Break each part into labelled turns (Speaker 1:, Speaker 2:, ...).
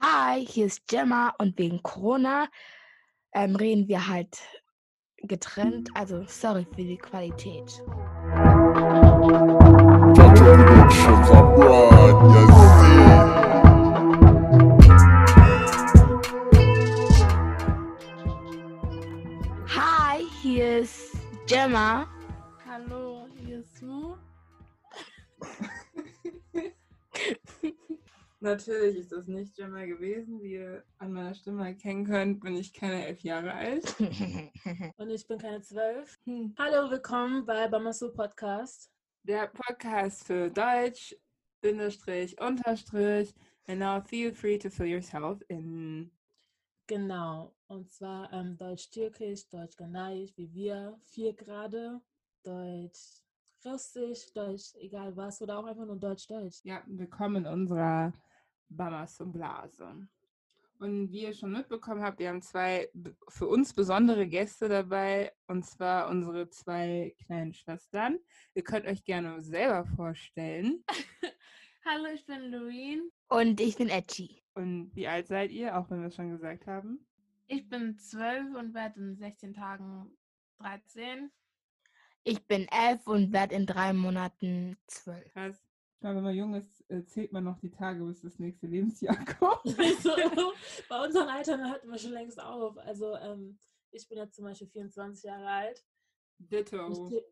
Speaker 1: Hi, hier ist Gemma und wegen Corona ähm, reden wir halt getrennt. Also sorry für die Qualität. Hi, hier ist Gemma.
Speaker 2: Hallo, hier ist Mo. Natürlich ist das nicht Gemma gewesen. Wie ihr an meiner Stimme erkennen könnt, bin ich keine elf Jahre alt. Hm.
Speaker 3: Und ich bin keine zwölf. Hallo, willkommen bei Bamasu Podcast.
Speaker 2: Der Podcast für Deutsch, Bindestrich, Unterstrich. And now feel free to fill yourself in.
Speaker 3: Genau. Und zwar ähm, Deutsch-Türkisch, Deutsch-Ganaisch, wie wir, vier gerade, Deutsch, Russisch, Deutsch, egal was, oder auch einfach nur Deutsch-Deutsch.
Speaker 2: Ja, willkommen in unserer Bamas und Blase. Und wie ihr schon mitbekommen habt, wir haben zwei b- für uns besondere Gäste dabei, und zwar unsere zwei kleinen Schwestern. Ihr könnt euch gerne selber vorstellen.
Speaker 4: Hallo, ich bin Luin.
Speaker 1: Und ich bin Edgy.
Speaker 2: Und wie alt seid ihr, auch wenn wir es schon gesagt haben?
Speaker 4: Ich bin zwölf und werde in 16 Tagen 13.
Speaker 1: Ich bin elf und werde in drei Monaten zwölf.
Speaker 2: Krass. Ich glaube, wenn man jung ist, äh, zählt man noch die Tage, bis das nächste Lebensjahr kommt.
Speaker 3: Also, bei unseren Eltern hört man schon längst auf. Also, ähm, ich bin jetzt zum Beispiel 24 Jahre alt. Ich
Speaker 2: Ditto.
Speaker 3: zäh-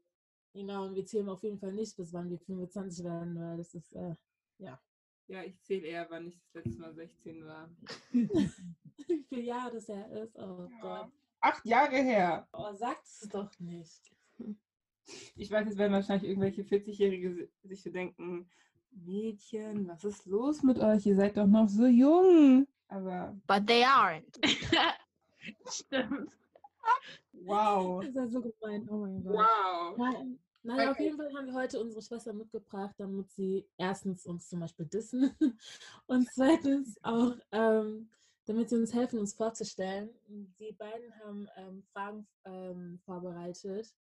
Speaker 3: Genau, und wir zählen auf jeden Fall nicht, bis wann wir 25 werden, weil das ist, äh,
Speaker 2: Ja, ich zähle eher, wann ich das letzte Mal 16 war.
Speaker 3: wie viele Jahre das her ist. Oh Gott.
Speaker 2: Acht Jahre her.
Speaker 3: Oh, sagt es doch nicht.
Speaker 2: Ich weiß, es werden wahrscheinlich irgendwelche 40-Jährige si- sich so denken, Mädchen, was ist los mit euch? Ihr seid doch noch so jung. Aber
Speaker 1: But they aren't.
Speaker 4: Stimmt.
Speaker 2: wow.
Speaker 3: Das ist ja so gemeint. Oh mein Gott.
Speaker 2: Wow.
Speaker 3: Nein, nein auf
Speaker 2: Okay.
Speaker 3: jeden Fall haben wir heute unsere Schwester mitgebracht, damit sie erstens uns zum Beispiel dissen und zweitens auch, ähm, damit sie uns helfen, uns vorzustellen. Die beiden haben ähm, Fragen ähm, vorbereitet,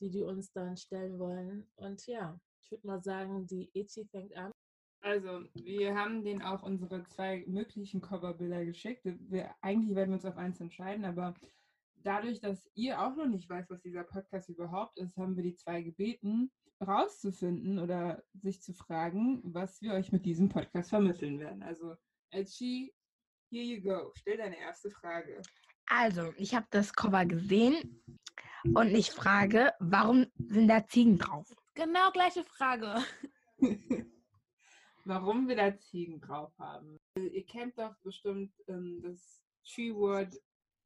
Speaker 3: die die uns dann stellen wollen. Und ja, ich würde mal sagen, die Echi fängt an.
Speaker 2: Also, wir haben denen auch unsere zwei möglichen Coverbilder geschickt. Wir, eigentlich werden wir uns auf eins entscheiden, aber dadurch, dass ihr auch noch nicht weiß, was dieser Podcast überhaupt ist, haben wir die zwei gebeten, rauszufinden oder sich zu fragen, was wir euch mit diesem Podcast vermitteln werden. Also, Edgy, here you go. Stell deine erste Frage.
Speaker 1: Also, ich habe das Cover gesehen und ich frage, warum sind da Ziegen drauf?
Speaker 4: Genau gleiche Frage.
Speaker 2: Warum wir da Ziegen drauf haben. Also, Ihr kennt doch bestimmt ähm, das Tree-Word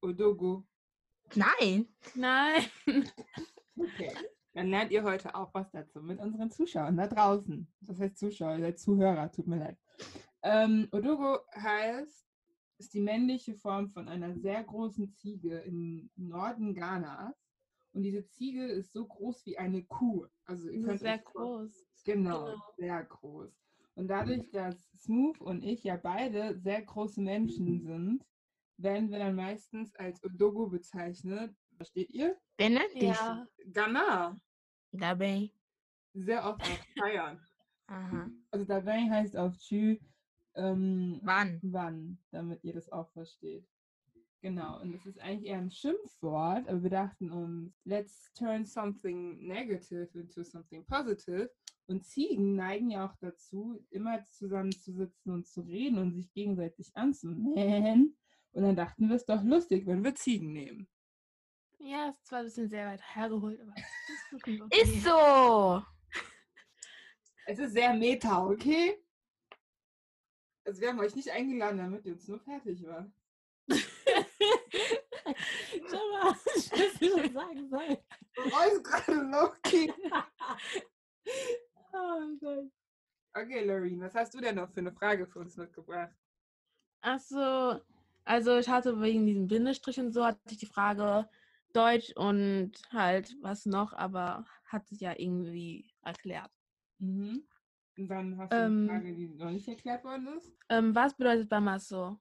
Speaker 2: Odogo.
Speaker 1: Nein.
Speaker 4: Nein.
Speaker 2: Okay. Dann lernt ihr heute auch was dazu mit unseren Zuschauern da draußen. Das heißt Zuschauer, ihr seid Zuhörer, tut mir leid. Ähm, Odogo heißt, ist die männliche Form von einer sehr großen Ziege im Norden Ghanas. Und diese Ziege ist so groß wie eine Kuh. Also ihr könnt
Speaker 4: Sehr
Speaker 2: euch vor-
Speaker 4: groß.
Speaker 2: Genau,
Speaker 3: Genau.
Speaker 2: sehr groß. Und dadurch, dass Smooth und ich ja beide sehr große Menschen sind, werden wir dann meistens als Odogo bezeichnet. Versteht ihr?
Speaker 1: Wer nennt dich so?
Speaker 4: Ja.
Speaker 2: Ghana.
Speaker 1: dabei?
Speaker 2: sehr oft auf Feiern.
Speaker 1: Aha.
Speaker 2: Also dabei heißt auf Tschü ähm,
Speaker 1: Wann?
Speaker 2: wann, damit ihr das auch versteht. Genau, und das ist eigentlich eher ein Schimpfwort, aber wir dachten uns, let's turn something negative into something positive. Und Ziegen neigen ja auch dazu, immer zusammenzusitzen und zu reden und sich gegenseitig anzumähen. Und dann dachten wir es ist doch lustig, wenn wir Ziegen nehmen.
Speaker 4: Ja, ist zwar ein bisschen sehr weit hergeholt, aber das ist schon okay.
Speaker 1: Ist so.
Speaker 2: Es ist sehr meta, okay? Also wir haben euch nicht eingeladen, damit ihr uns nur fertig war.
Speaker 3: Schau mal, ich weiß nicht, was ich sagen soll.
Speaker 2: Rollst gerade Loki.
Speaker 3: Oh mein Gott.
Speaker 2: Okay, Lorraine, was hast du denn noch für eine Frage für uns mitgebracht?
Speaker 4: Ach so. Also ich hatte wegen diesem Bindestrich und so hatte ich die Frage Deutsch und halt was noch, aber hat sich ja irgendwie erklärt.
Speaker 2: Mhm. Und dann hast du
Speaker 4: Ähm.
Speaker 2: eine Frage, die noch nicht erklärt worden ist?
Speaker 4: Ähm, was bedeutet Bamasso?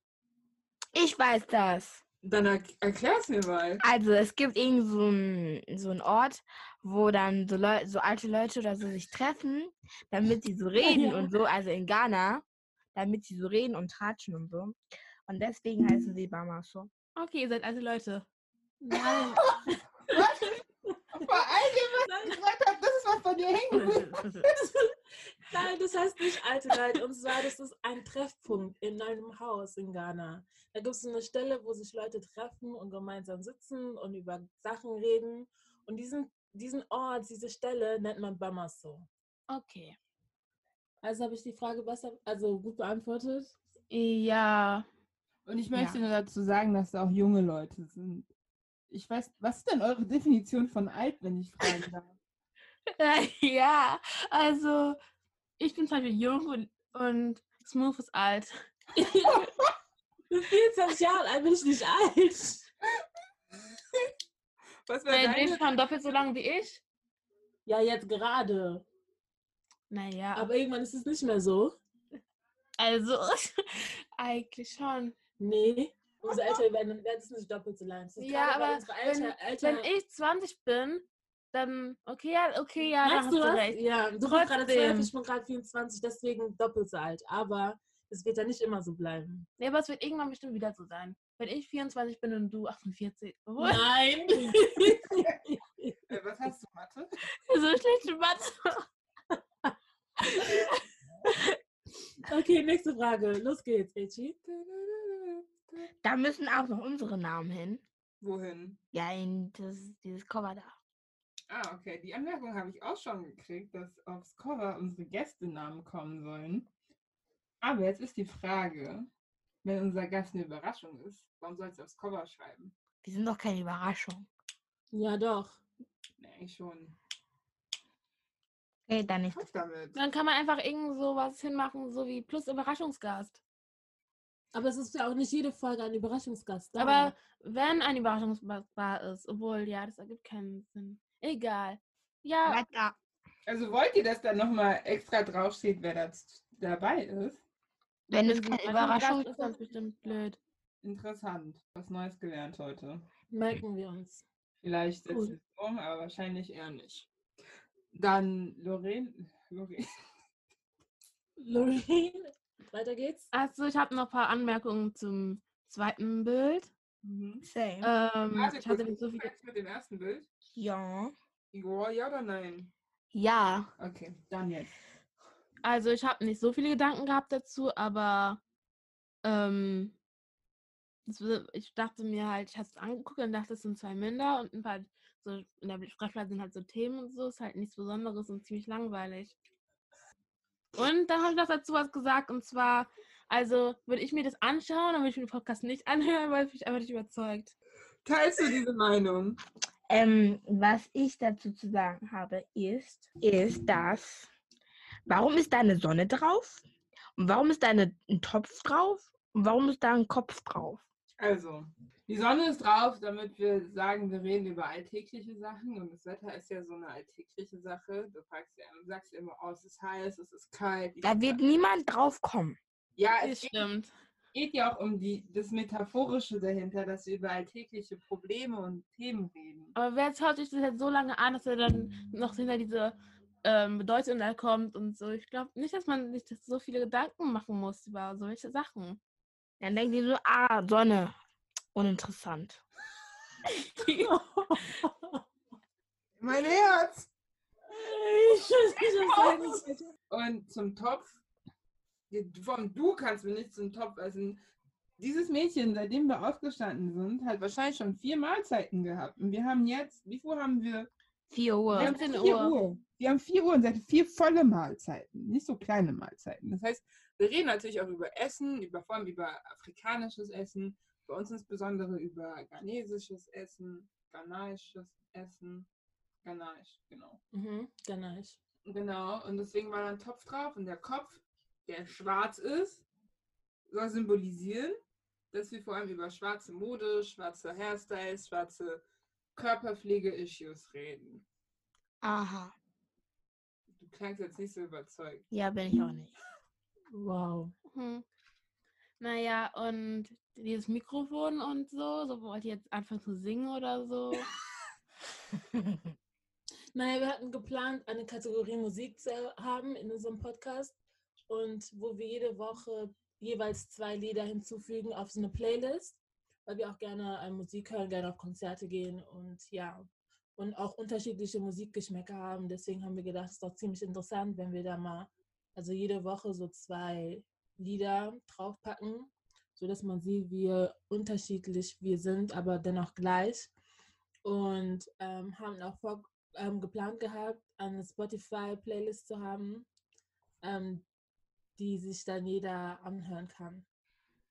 Speaker 1: Ich weiß das.
Speaker 2: Dann er erklär's mir mal.
Speaker 1: Also es gibt irgend so einen so einen Ort, wo dann so, Leu so alte Leute oder so sich treffen, damit sie so reden
Speaker 3: Ja.
Speaker 1: und so, also in Ghana, damit sie so reden und tratschen und so. Und deswegen heißen sie Mamas so.
Speaker 4: Okay, ihr seid alte Leute.
Speaker 3: Nein,
Speaker 2: Vor allem, was ich gesagt habe, das ist was von dir hängen geblieben.
Speaker 3: nein, das heißt nicht alte Leute. Und zwar, das ist ein Treffpunkt in einem Haus in Ghana. Da gibt es eine Stelle, wo sich Leute treffen und gemeinsam sitzen und über Sachen reden. Und diesen, diesen Ort, diese Stelle nennt man Bamaso.
Speaker 4: okay.
Speaker 3: Also habe ich die Frage besser, also gut beantwortet.
Speaker 4: Ja.
Speaker 2: Und ich möchte nur dazu sagen, dass da auch junge Leute sind. Ich weiß, was ist denn eure Definition von alt, wenn ich fragen darf?
Speaker 4: ja, also ich bin zum Beispiel jung und, und Smooth ist alt.
Speaker 3: Mit 24 Jahren alt bin ich nicht alt.
Speaker 2: Was wäre
Speaker 4: Weil du
Speaker 2: deine?
Speaker 4: bist schon doppelt so lang wie ich.
Speaker 3: Ja, jetzt gerade.
Speaker 4: Naja,
Speaker 3: Aber irgendwann ist es nicht mehr so.
Speaker 4: also eigentlich schon.
Speaker 3: Nee. Umso älter wir werden, dann werden es nicht doppelt so lang. Es ist
Speaker 4: Ja,
Speaker 3: gerade, weil
Speaker 4: aber
Speaker 3: unsere Alter, Alter,
Speaker 4: Wenn ich 20 bin, dann okay, ja, okay, ja, dann
Speaker 3: Meinst
Speaker 4: hast du
Speaker 3: das?
Speaker 4: recht.
Speaker 3: Ja, du bist gerade
Speaker 4: Trotzdem.
Speaker 3: 12, ich bin gerade 24, deswegen doppelt so alt. Aber es wird ja nicht immer so bleiben.
Speaker 4: Nee, aber es wird irgendwann bestimmt wieder so sein. Wenn ich 24 bin und du 48. Obwohl,
Speaker 3: Nein!
Speaker 2: Äh, Was hast du, Mathe?
Speaker 4: so schlecht in Mathe.
Speaker 3: okay, nächste Frage. Los geht's, Echi.
Speaker 1: Da müssen auch noch unsere Namen hin.
Speaker 2: Wohin?
Speaker 1: Ja, in das, dieses Cover da.
Speaker 2: Ah, okay. Die Anmerkung habe ich auch schon gekriegt, dass aufs Cover unsere Gästenamen kommen sollen. Aber jetzt ist die Frage, wenn unser Gast eine Überraschung ist, warum soll es aufs Cover schreiben?
Speaker 1: Die sind doch keine Überraschung.
Speaker 3: Ja, doch.
Speaker 2: Nee, eigentlich schon.
Speaker 1: Okay, dann nicht.
Speaker 2: Auf damit.
Speaker 4: Dann kann man einfach irgend so was hinmachen, so wie plus Überraschungsgast.
Speaker 3: Aber es ist ja auch nicht jede Folge ein Überraschungsgast. Da.
Speaker 4: Aber wenn ein Überraschungsgast da ist, obwohl, ja, das ergibt keinen Sinn. Egal. Ja,
Speaker 1: Weiter.
Speaker 2: Also wollt ihr, dass da nochmal extra draufsteht, wer da dabei ist?
Speaker 1: Wenn es
Speaker 4: ein
Speaker 1: keine
Speaker 4: Überraschungsgast
Speaker 1: Überraschung
Speaker 4: ist, dann ist bestimmt blöd.
Speaker 2: Interessant. Was Neues gelernt heute.
Speaker 3: merken wir uns.
Speaker 2: Vielleicht setzt
Speaker 3: Cool.
Speaker 2: es um, aber wahrscheinlich eher nicht. Dann Lorraine. Lorraine.
Speaker 3: Lorraine, weiter geht's.
Speaker 4: Also, ich habe noch ein paar Anmerkungen zum zweiten Bild.
Speaker 2: Mhm.
Speaker 1: Same.
Speaker 4: Ähm,
Speaker 1: Also
Speaker 2: Warte
Speaker 4: ich hatte
Speaker 2: kurz,
Speaker 4: nicht so
Speaker 2: du
Speaker 4: viele.
Speaker 2: fängst mit dem ersten Bild.
Speaker 1: ja.
Speaker 2: Ja, ja oder nein?
Speaker 1: Ja.
Speaker 2: Okay, dann jetzt.
Speaker 4: Also, ich habe nicht so viele Gedanken gehabt dazu, aber ähm, das, wär- ich dachte mir halt, ich habe es angeguckt und dachte, es sind zwei Münder und ein paar so in der Sprechplan sind halt so Themen und so, ist halt nichts Besonderes und ziemlich langweilig. Und dann habe ich noch dazu was gesagt und zwar, also würde ich mir das anschauen, dann würde ich mir den Podcast nicht anhören, weil ich mich einfach nicht überzeugt.
Speaker 2: Teilst du diese Meinung?
Speaker 1: Ähm, was ich dazu zu sagen habe, ist, ist das, warum ist da eine Sonne drauf? Und warum ist da eine, ein Topf drauf? Und warum ist da ein Kopf drauf?
Speaker 2: Also, die Sonne ist drauf, damit wir sagen, wir reden über alltägliche Sachen und das Wetter ist ja so eine alltägliche Sache. Du fragst ja, sagst ja immer, oh, es ist heiß, es ist kalt. die
Speaker 1: Da wird niemand drauf kommen.
Speaker 2: ja, es
Speaker 4: Das
Speaker 2: geht
Speaker 4: stimmt.
Speaker 2: geht ja auch um die, das Metaphorische dahinter, dass wir über alltägliche Probleme und Themen reden.
Speaker 4: Aber wer schaut sich das jetzt so lange an, dass er dann noch hinter diese ähm, Bedeutung da kommt und so? Ich glaube nicht, dass man sich das so viele Gedanken machen muss über solche Sachen.
Speaker 1: Dann denkt ihr so, ah, Sonne. Uninteressant.
Speaker 2: Mein Herz!
Speaker 3: Ich weiß nicht, was sagen sollte.
Speaker 2: Und zum Topf, vom Du kannst mir nichts zum Topf essen. Dieses Mädchen, seitdem wir aufgestanden sind, hat wahrscheinlich schon vier Mahlzeiten gehabt. Und wir haben jetzt, wie viel haben wir?
Speaker 1: 4
Speaker 2: Wir
Speaker 1: Uhr.
Speaker 2: haben
Speaker 4: 17
Speaker 2: vier
Speaker 4: Uhr.
Speaker 2: Wir haben vier Uhr und seit vier volle Mahlzeiten, nicht so kleine Mahlzeiten. Das heißt, wir reden natürlich auch über Essen, über vor allem über afrikanisches Essen, bei uns insbesondere über ghanesisches Essen, ghanaisches Essen, ghanaisch, genau.
Speaker 3: Mhm, genau. Ich.
Speaker 2: Genau, und deswegen war da ein Topf drauf und der Kopf, der schwarz ist, soll symbolisieren, dass wir vor allem über schwarze Mode, schwarze Hairstyles, schwarze Körperpflege-Issues reden.
Speaker 1: Aha.
Speaker 2: Du klangst jetzt nicht so überzeugt.
Speaker 1: Ja, bin ich auch nicht.
Speaker 3: Wow.
Speaker 4: Hm. Naja, und dieses Mikrofon und so, so wollte ich jetzt anfangen zu singen oder so.
Speaker 3: Naja, wir hatten geplant, eine Kategorie Musik zu haben in unserem Podcast und wo wir jede Woche jeweils zwei Lieder hinzufügen auf so eine Playlist, weil wir auch gerne äh, Musik hören, gerne auf Konzerte gehen und ja, und auch unterschiedliche Musikgeschmäcker haben. Deswegen haben wir gedacht, es ist doch ziemlich interessant, wenn wir da mal, also jede Woche so zwei Lieder draufpacken, sodass man sieht, wie unterschiedlich wir sind, aber dennoch gleich. Und ähm, haben auch vor, ähm, geplant gehabt, eine Spotify-Playlist zu haben, ähm, die sich dann jeder anhören kann.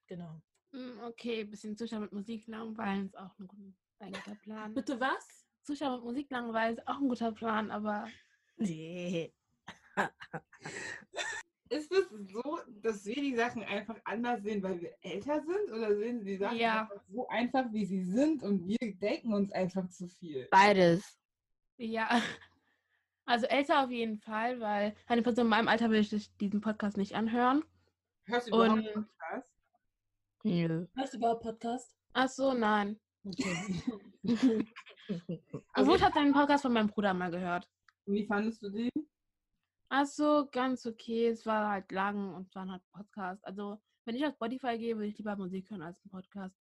Speaker 3: Genau.
Speaker 4: Hm, Okay, bisschen Zuschauer mit Musik langweilen ist auch ein guter, ein guter Plan.
Speaker 3: Bitte was?
Speaker 4: Zuschauer mit Musik langweilen ist auch ein guter Plan, aber
Speaker 1: Nee.
Speaker 2: Ist es so, dass wir die Sachen einfach anders sehen, weil wir älter sind? Oder sehen wir die Sachen
Speaker 4: Ja.
Speaker 2: einfach so einfach, wie sie sind und wir denken uns einfach zu viel?
Speaker 1: Beides.
Speaker 4: ja. Also älter auf jeden Fall, weil eine Person in meinem Alter will ich diesen Podcast nicht anhören.
Speaker 2: Hörst du
Speaker 4: Und
Speaker 2: überhaupt Podcast?
Speaker 1: Nö.
Speaker 3: Hörst du überhaupt Podcast?
Speaker 4: ach so, nein.
Speaker 3: Okay.
Speaker 4: Obwohl ich habe den Podcast von meinem Bruder mal gehört.
Speaker 2: Wie fandest du den?
Speaker 4: Ach so, ganz okay. Es war halt lang und waren halt Podcast. Also, wenn ich auf Spotify gehe, würde ich lieber Musik hören als einen Podcast.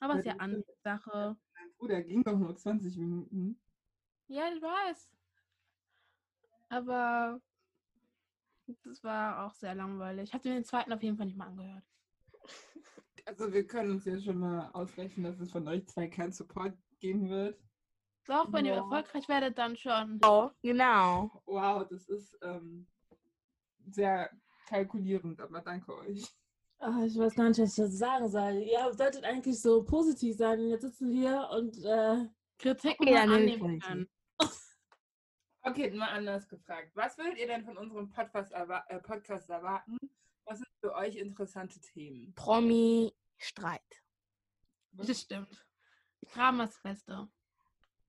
Speaker 4: Aber ist ja
Speaker 2: Ja, das stimmt.
Speaker 4: Ansichtssache.
Speaker 2: Mein Bruder ging doch nur 20 Minuten.
Speaker 4: Ja, ich weiß. Aber das war auch sehr langweilig. Ich habe den zweiten auf jeden Fall nicht mal angehört.
Speaker 2: Also wir können uns ja schon mal ausrechnen, dass es von euch zwei keinen Support geben wird.
Speaker 4: Doch, wenn ihr
Speaker 3: Ja.
Speaker 4: erfolgreich werdet, dann schon.
Speaker 1: Oh, genau.
Speaker 2: Wow, das ist ähm, sehr kalkulierend, aber danke euch.
Speaker 3: Ah, ich weiß gar nicht, was ich dazu sagen soll. Ihr solltet eigentlich so positiv sein. Jetzt sitzen wir und äh,
Speaker 4: Kritiken
Speaker 1: Ja,
Speaker 4: ja,
Speaker 1: nee,
Speaker 4: annehmen
Speaker 1: definitiv.
Speaker 4: können.
Speaker 2: Okay, mal anders gefragt. Was würdet ihr denn von unserem Podcast, erwa äh, Podcast erwarten? Was sind für euch interessante Themen?
Speaker 1: Promi-Streit.
Speaker 4: Das stimmt. Drama ist das Beste.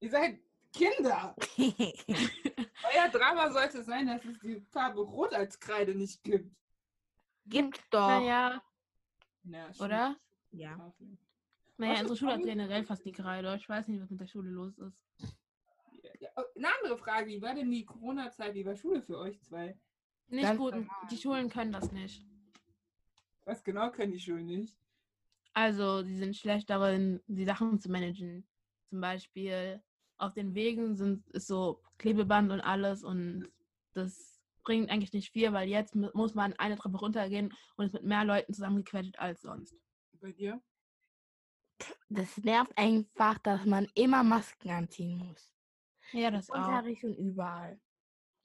Speaker 2: Ihr seid Kinder! Euer Drama sollte sein, dass es die Farbe Rot als Kreide nicht gibt.
Speaker 1: Gibt's doch.
Speaker 4: Naja,
Speaker 2: Na, stimmt.
Speaker 4: oder?
Speaker 1: Ja.
Speaker 4: Naja,
Speaker 2: Was
Speaker 4: unsere
Speaker 2: ist
Speaker 4: Schule hat
Speaker 2: eigentlich-
Speaker 4: generell fast die Kreide. Ich weiß nicht, was mit der Schule los ist.
Speaker 2: Ja, oh, Eine andere Frage, wie war denn die Corona-Zeit, wie war Schule für euch zwei?
Speaker 4: Nicht
Speaker 1: Ganz
Speaker 4: gut. Die Schulen können das nicht.
Speaker 2: Was genau können die Schulen nicht?
Speaker 4: Also, sie sind schlecht darin, die Sachen zu managen. Zum Beispiel auf den Wegen sind ist so Klebeband und alles und das bringt eigentlich nicht viel, weil jetzt mu- muss man eine Treppe runtergehen und ist mit mehr Leuten zusammengequetscht als sonst.
Speaker 2: Bei dir?
Speaker 1: Das nervt einfach, dass man immer Masken anziehen muss.
Speaker 4: Ja, das auch.
Speaker 1: Unterricht und überall.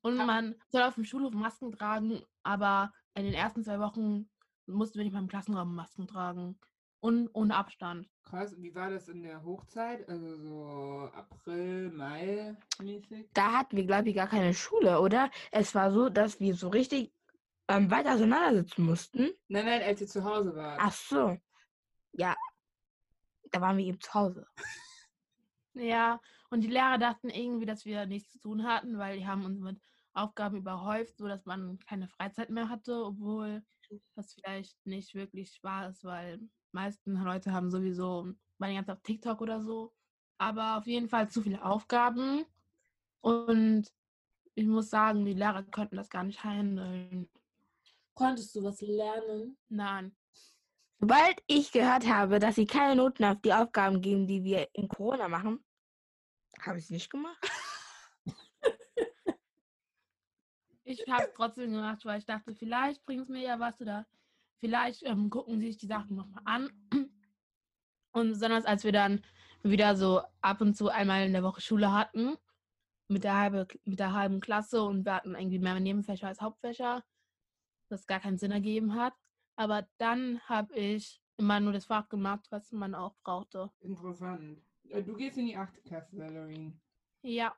Speaker 4: Und
Speaker 2: Ja.
Speaker 4: man soll auf dem Schulhof Masken tragen, aber in den ersten zwei Wochen mussten wir nicht mal im Klassenraum Masken tragen. Und ohne Abstand.
Speaker 2: Krass, wie war das in der Hochzeit? Also so April, Mai mäßig?
Speaker 1: Da hatten wir, glaube ich, gar keine Schule, oder? Es war so, dass wir so richtig ähm, weit auseinandersitzen mussten.
Speaker 2: Nein, nein, als ihr zu Hause wart.
Speaker 1: Ach so. Ja. Da waren wir eben zu Hause.
Speaker 4: Ja, und die Lehrer dachten irgendwie, dass wir nichts zu tun hatten, weil die haben uns mit Aufgaben überhäuft, sodass man keine Freizeit mehr hatte, obwohl das vielleicht nicht wirklich wahr ist, weil die meisten Leute haben sowieso, waren die ganze Zeit auf TikTok oder so, aber auf jeden Fall zu viele Aufgaben und ich muss sagen, die Lehrer konnten das gar nicht handeln.
Speaker 3: konntest du was lernen?
Speaker 4: Nein.
Speaker 1: Sobald ich gehört habe, dass sie keine Noten auf die Aufgaben geben, die wir in Corona machen, habe ich es nicht gemacht.
Speaker 4: Ich habe es trotzdem gemacht, weil ich dachte, vielleicht bringt es mir ja was oder vielleicht ähm, gucken sie sich die Sachen nochmal an. Und besonders als wir dann wieder so ab und zu einmal in der Woche Schule hatten, mit der, halbe, mit der halben Klasse und wir hatten irgendwie mehr Nebenfächer als Hauptfächer, das gar keinen Sinn ergeben hat. Aber dann habe ich immer nur das Fach gemacht, was man auch brauchte.
Speaker 2: Interessant. Äh, Du gehst in die achte Klasse, Valerie.
Speaker 4: Ja,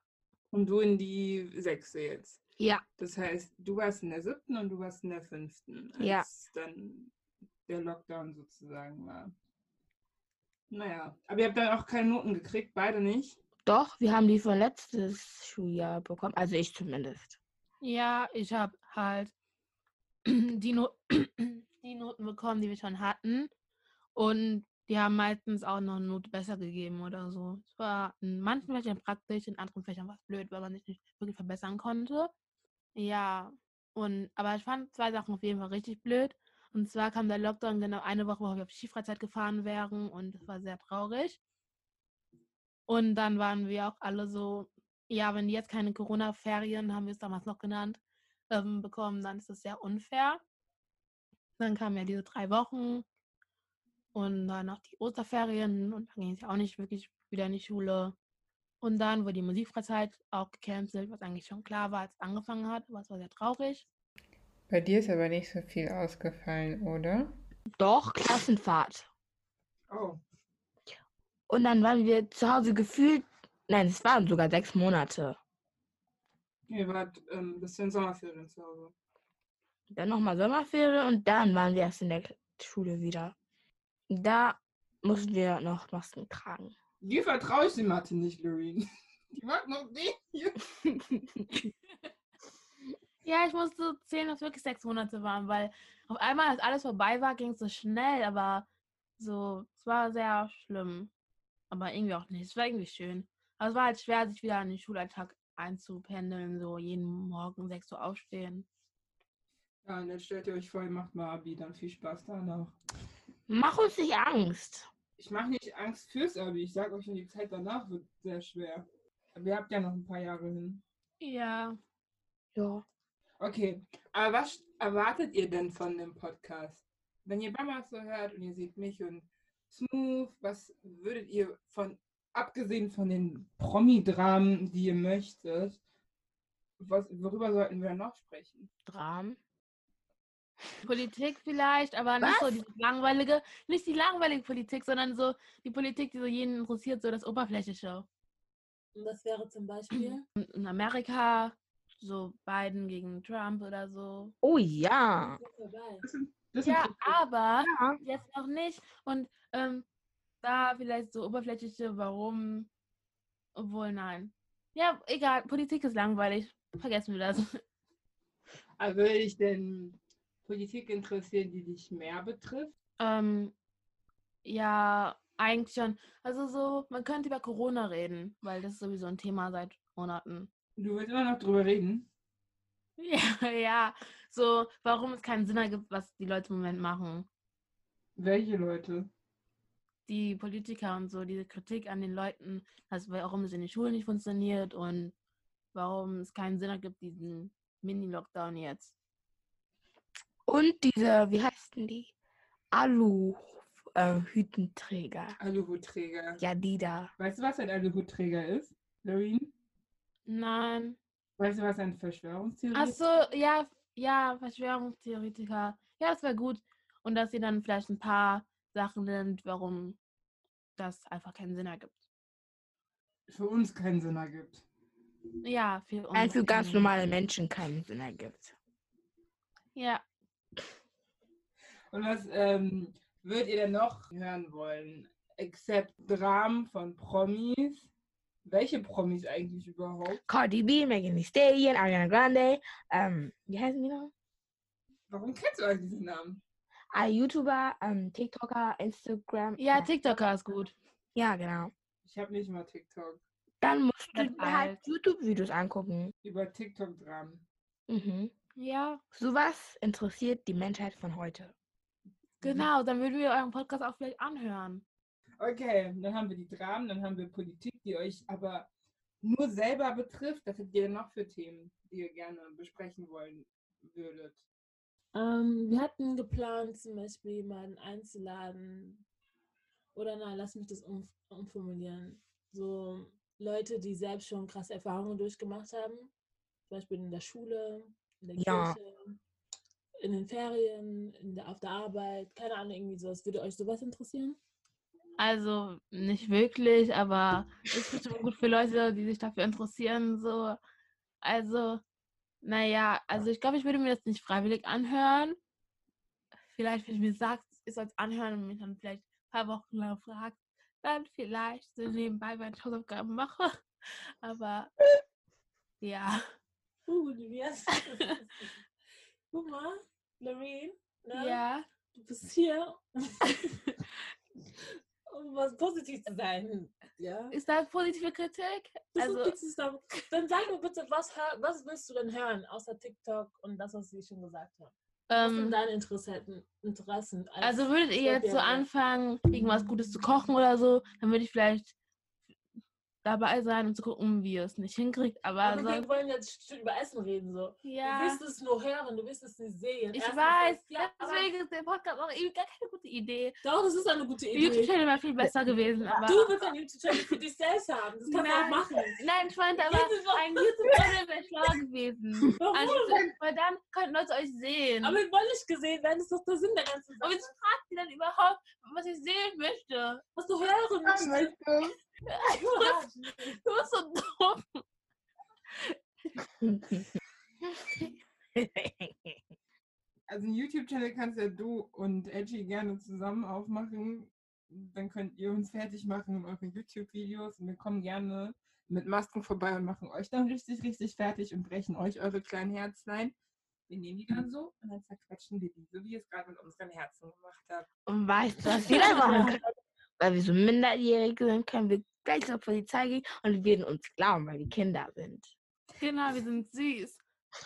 Speaker 2: Und du in die sechste jetzt.
Speaker 1: Ja.
Speaker 2: Das heißt, du warst in der siebten und du warst in der fünften, als
Speaker 1: Ja.
Speaker 2: dann der Lockdown sozusagen war. Naja, aber ihr habt dann auch keine Noten gekriegt, beide nicht.
Speaker 1: Doch, wir haben die von letztes Schuljahr bekommen. Also ich zumindest.
Speaker 4: ja, ich habe halt die, No- die Noten bekommen, die wir schon hatten. Und die haben meistens auch noch eine Note besser gegeben oder so. Es war in manchen Fächern praktisch, in anderen Fächern war es blöd, weil man sich nicht wirklich verbessern konnte. Ja, und aber ich fand zwei Sachen auf jeden Fall richtig blöd. Und zwar kam der Lockdown genau eine Woche, wo wir auf Skifreizeit gefahren wären und es war sehr traurig. Und dann waren wir auch alle so, ja, wenn die jetzt keine Corona-Ferien, haben wir es damals noch genannt, ähm, bekommen, dann ist das sehr unfair. Dann kamen ja diese drei Wochen und dann noch die Osterferien und dann ging es ja auch nicht wirklich wieder in die Schule. Und dann wurde die Musikfreizeit auch gecancelt, was eigentlich schon klar war, als es angefangen hat, aber es war sehr traurig.
Speaker 5: Bei dir ist aber nicht so viel ausgefallen, oder?
Speaker 1: Doch, Klassenfahrt.
Speaker 2: Oh,
Speaker 1: Und dann waren wir zu Hause gefühlt, nein, es waren sogar sechs Monate.
Speaker 2: ihr wart ähm, bis zu den Sommerferien zu Hause.
Speaker 1: Dann nochmal Sommerferien und dann waren wir erst in der Schule wieder. Da mussten wir noch Masken tragen.
Speaker 2: Dir vertraue ich die Mathe nicht, Loreen. Die mag noch nicht.
Speaker 4: Ja, ich musste zählen, dass wirklich sechs Monate waren, weil auf einmal, als alles vorbei war, ging es so schnell, aber so, es war sehr schlimm. Aber irgendwie auch nicht. Es war irgendwie schön. Aber es war halt schwer, sich wieder an den Schulalltag einzupendeln, so jeden Morgen 6 Uhr aufstehen.
Speaker 2: Ja, und jetzt stellt ihr euch vor, ihr macht mal Abi, dann viel Spaß da noch.
Speaker 1: Mach uns nicht Angst.
Speaker 2: Ich mache nicht Angst fürs Abi, ich sag euch schon, die Zeit danach wird sehr schwer. Aber ihr habt ja noch ein paar Jahre hin.
Speaker 4: Ja.
Speaker 1: Ja.
Speaker 2: Okay, aber was erwartet ihr denn von dem Podcast? Wenn ihr Mama so hört und ihr seht mich und Smooth, was würdet ihr von, abgesehen von den Promi-Dramen, die ihr möchtet, was, worüber sollten wir noch sprechen?
Speaker 1: Dram.
Speaker 4: Politik vielleicht, aber nicht so diese langweilige, nicht die langweilige Politik, sondern so die Politik, die so jeden interessiert, so das Oberflächliche.
Speaker 3: Und das wäre zum Beispiel,
Speaker 4: In Amerika, so Biden gegen Trump oder so.
Speaker 1: Oh ja.
Speaker 3: ist vorbei.
Speaker 2: Das
Speaker 4: Ja, ah.
Speaker 2: interessiert mich.
Speaker 4: aber
Speaker 1: Ja.
Speaker 4: jetzt noch nicht. Und ähm, da vielleicht so oberflächliche, warum? Obwohl, nein. Ja, egal, Politik ist langweilig. Vergessen wir das.
Speaker 2: Aber würde ich denn Politik interessieren, die dich mehr betrifft?
Speaker 4: Ähm, ja, eigentlich schon. Also so, man könnte über Corona reden, weil das ist sowieso ein Thema seit Monaten.
Speaker 2: Du willst immer noch drüber reden?
Speaker 4: Ja, ja. So, warum es keinen Sinn ergibt, was die Leute im Moment machen.
Speaker 2: Welche Leute?
Speaker 4: die Politiker und so, diese Kritik an den Leuten, also warum es in den Schulen nicht funktioniert und warum es keinen Sinn ergibt, diesen Mini-Lockdown jetzt.
Speaker 1: Und diese, wie heißen die? Alu-Hütenträger.
Speaker 2: Aluhutträger.
Speaker 1: ja, die da.
Speaker 2: Weißt du, was ein Aluhutträger ist, Loreen?
Speaker 4: Nein.
Speaker 2: Weißt du, was ein Verschwörungstheorie ist?
Speaker 4: Achso, ja, ja, Verschwörungstheoretiker. Ja, das wäre gut. Und dass sie dann vielleicht ein paar Sachen nennt, warum das einfach keinen Sinn ergibt.
Speaker 2: für uns keinen Sinn ergibt.
Speaker 4: Ja, für uns.
Speaker 1: Nein, für ganz
Speaker 4: keinen-
Speaker 1: normale Menschen keinen Sinn ergibt.
Speaker 4: Ja.
Speaker 2: Und was ähm, würdet ihr denn noch hören wollen? Except Dramen von Promis. Welche Promis eigentlich überhaupt?
Speaker 1: Cardi B, Megan Thee Stallion, Ariana Grande, ähm, wie heißen die noch?
Speaker 2: Warum kennst du eigentlich diesen Namen?
Speaker 1: Alle Ah, YouTuber, ähm, TikToker, Instagram.
Speaker 4: Ja, TikToker ist gut.
Speaker 1: ja, genau.
Speaker 2: Ich habe nicht mal TikTok.
Speaker 1: Dann musst du
Speaker 4: Das
Speaker 1: dir halt
Speaker 4: alt.
Speaker 1: YouTube-Videos angucken.
Speaker 2: Über TikTok-Dramen.
Speaker 1: Mhm.
Speaker 4: Ja.
Speaker 1: Sowas interessiert die Menschheit von heute.
Speaker 4: Genau, dann würden wir euren Podcast auch vielleicht anhören.
Speaker 2: Okay, dann haben wir die Dramen, dann haben wir Politik, die euch aber nur selber betrifft. Was habt ihr denn noch für Themen, die ihr gerne besprechen wollen würdet?
Speaker 3: Ähm, wir hatten geplant, zum Beispiel jemanden einzuladen. Oder nein, lass mich das um, umformulieren. So Leute, die selbst schon krasse Erfahrungen durchgemacht haben. Zum Beispiel in der Schule, in der
Speaker 1: Ja.
Speaker 3: Kirche, in den Ferien, in der, auf der Arbeit. Keine Ahnung, irgendwie sowas. Würde euch sowas interessieren?
Speaker 4: Also nicht wirklich, aber ist bestimmt gut für Leute, die sich dafür interessieren. So, also naja, also ich glaube, ich würde mir das nicht freiwillig anhören. Vielleicht, wenn ich mir sagt, ich soll es anhören und mich dann vielleicht ein paar Wochen lang fragt, dann vielleicht so nebenbei meine Hausaufgaben mache. Aber ja,
Speaker 3: Uh, Livias. Guck mal, Lorraine. Ne?
Speaker 4: ja,
Speaker 3: Du bist hier, um was positiv zu sein. Ja.
Speaker 4: ist das positive Kritik?
Speaker 3: Das
Speaker 4: Also-
Speaker 3: ist nichts zusammen. Dann sag mir bitte, was, hör- was willst du denn hören, außer TikTok und das, was sie schon gesagt haben? Was sind
Speaker 4: Ähm,
Speaker 3: deine Interessen? Interessen als
Speaker 4: also würdet ihr jetzt so
Speaker 3: Veganer?
Speaker 4: anfangen, irgendwas Gutes zu kochen oder so, dann würde ich vielleicht dabei sein und zu gucken, wie ihr es nicht hinkriegt. Aber
Speaker 3: Aber
Speaker 4: sonst,
Speaker 3: wir wollen jetzt schon über Essen reden. So. Du
Speaker 4: also ja,
Speaker 3: willst es nur hören, du willst es nicht sehen.
Speaker 4: ich
Speaker 3: Erstens
Speaker 4: weiß.
Speaker 3: das- Ja, aber
Speaker 4: Deswegen ist der Podcast auch irgendwie gar keine gute Idee.
Speaker 3: doch, es ist eine gute
Speaker 4: Der YouTube
Speaker 3: Idee.
Speaker 4: Channel wäre viel besser gewesen, aber
Speaker 3: Äh, Du willst ein YouTube-Channel für dich selbst haben. Das kannst du auch
Speaker 4: Nein.
Speaker 3: machen.
Speaker 4: nein, ich meinte aber
Speaker 3: Jedes Mal-
Speaker 4: ein YouTube Channel wäre schlauer gewesen.
Speaker 3: Warum?
Speaker 4: Also, weil dann könnten Leute euch sehen.
Speaker 3: Aber wir wollen nicht gesehen werden, das ist doch der Sinn der ganzen
Speaker 4: Aber
Speaker 3: Sache.
Speaker 4: jetzt fragt sie dann überhaupt, was ich sehen möchte.
Speaker 3: Was du hören möchtest.
Speaker 4: Du bist so dumm.
Speaker 2: Also einen YouTube-Channel kannst ja du und Edgy gerne zusammen aufmachen. Dann könnt ihr uns fertig machen in euren YouTube-Videos und wir kommen gerne mit Masken vorbei und machen euch dann richtig, richtig fertig und brechen euch eure kleinen Herzlein. Wir nehmen die dann so und dann zerquetschen wir die, so wie ihr es gerade mit unseren Herzen gemacht habt.
Speaker 1: Und weißt du, was wir dann machen können? Weil wir so Minderjährige sind, können wir gleich zur Polizei gehen und die werden uns glauben, weil wir Kinder sind.
Speaker 4: Genau, wir sind süß.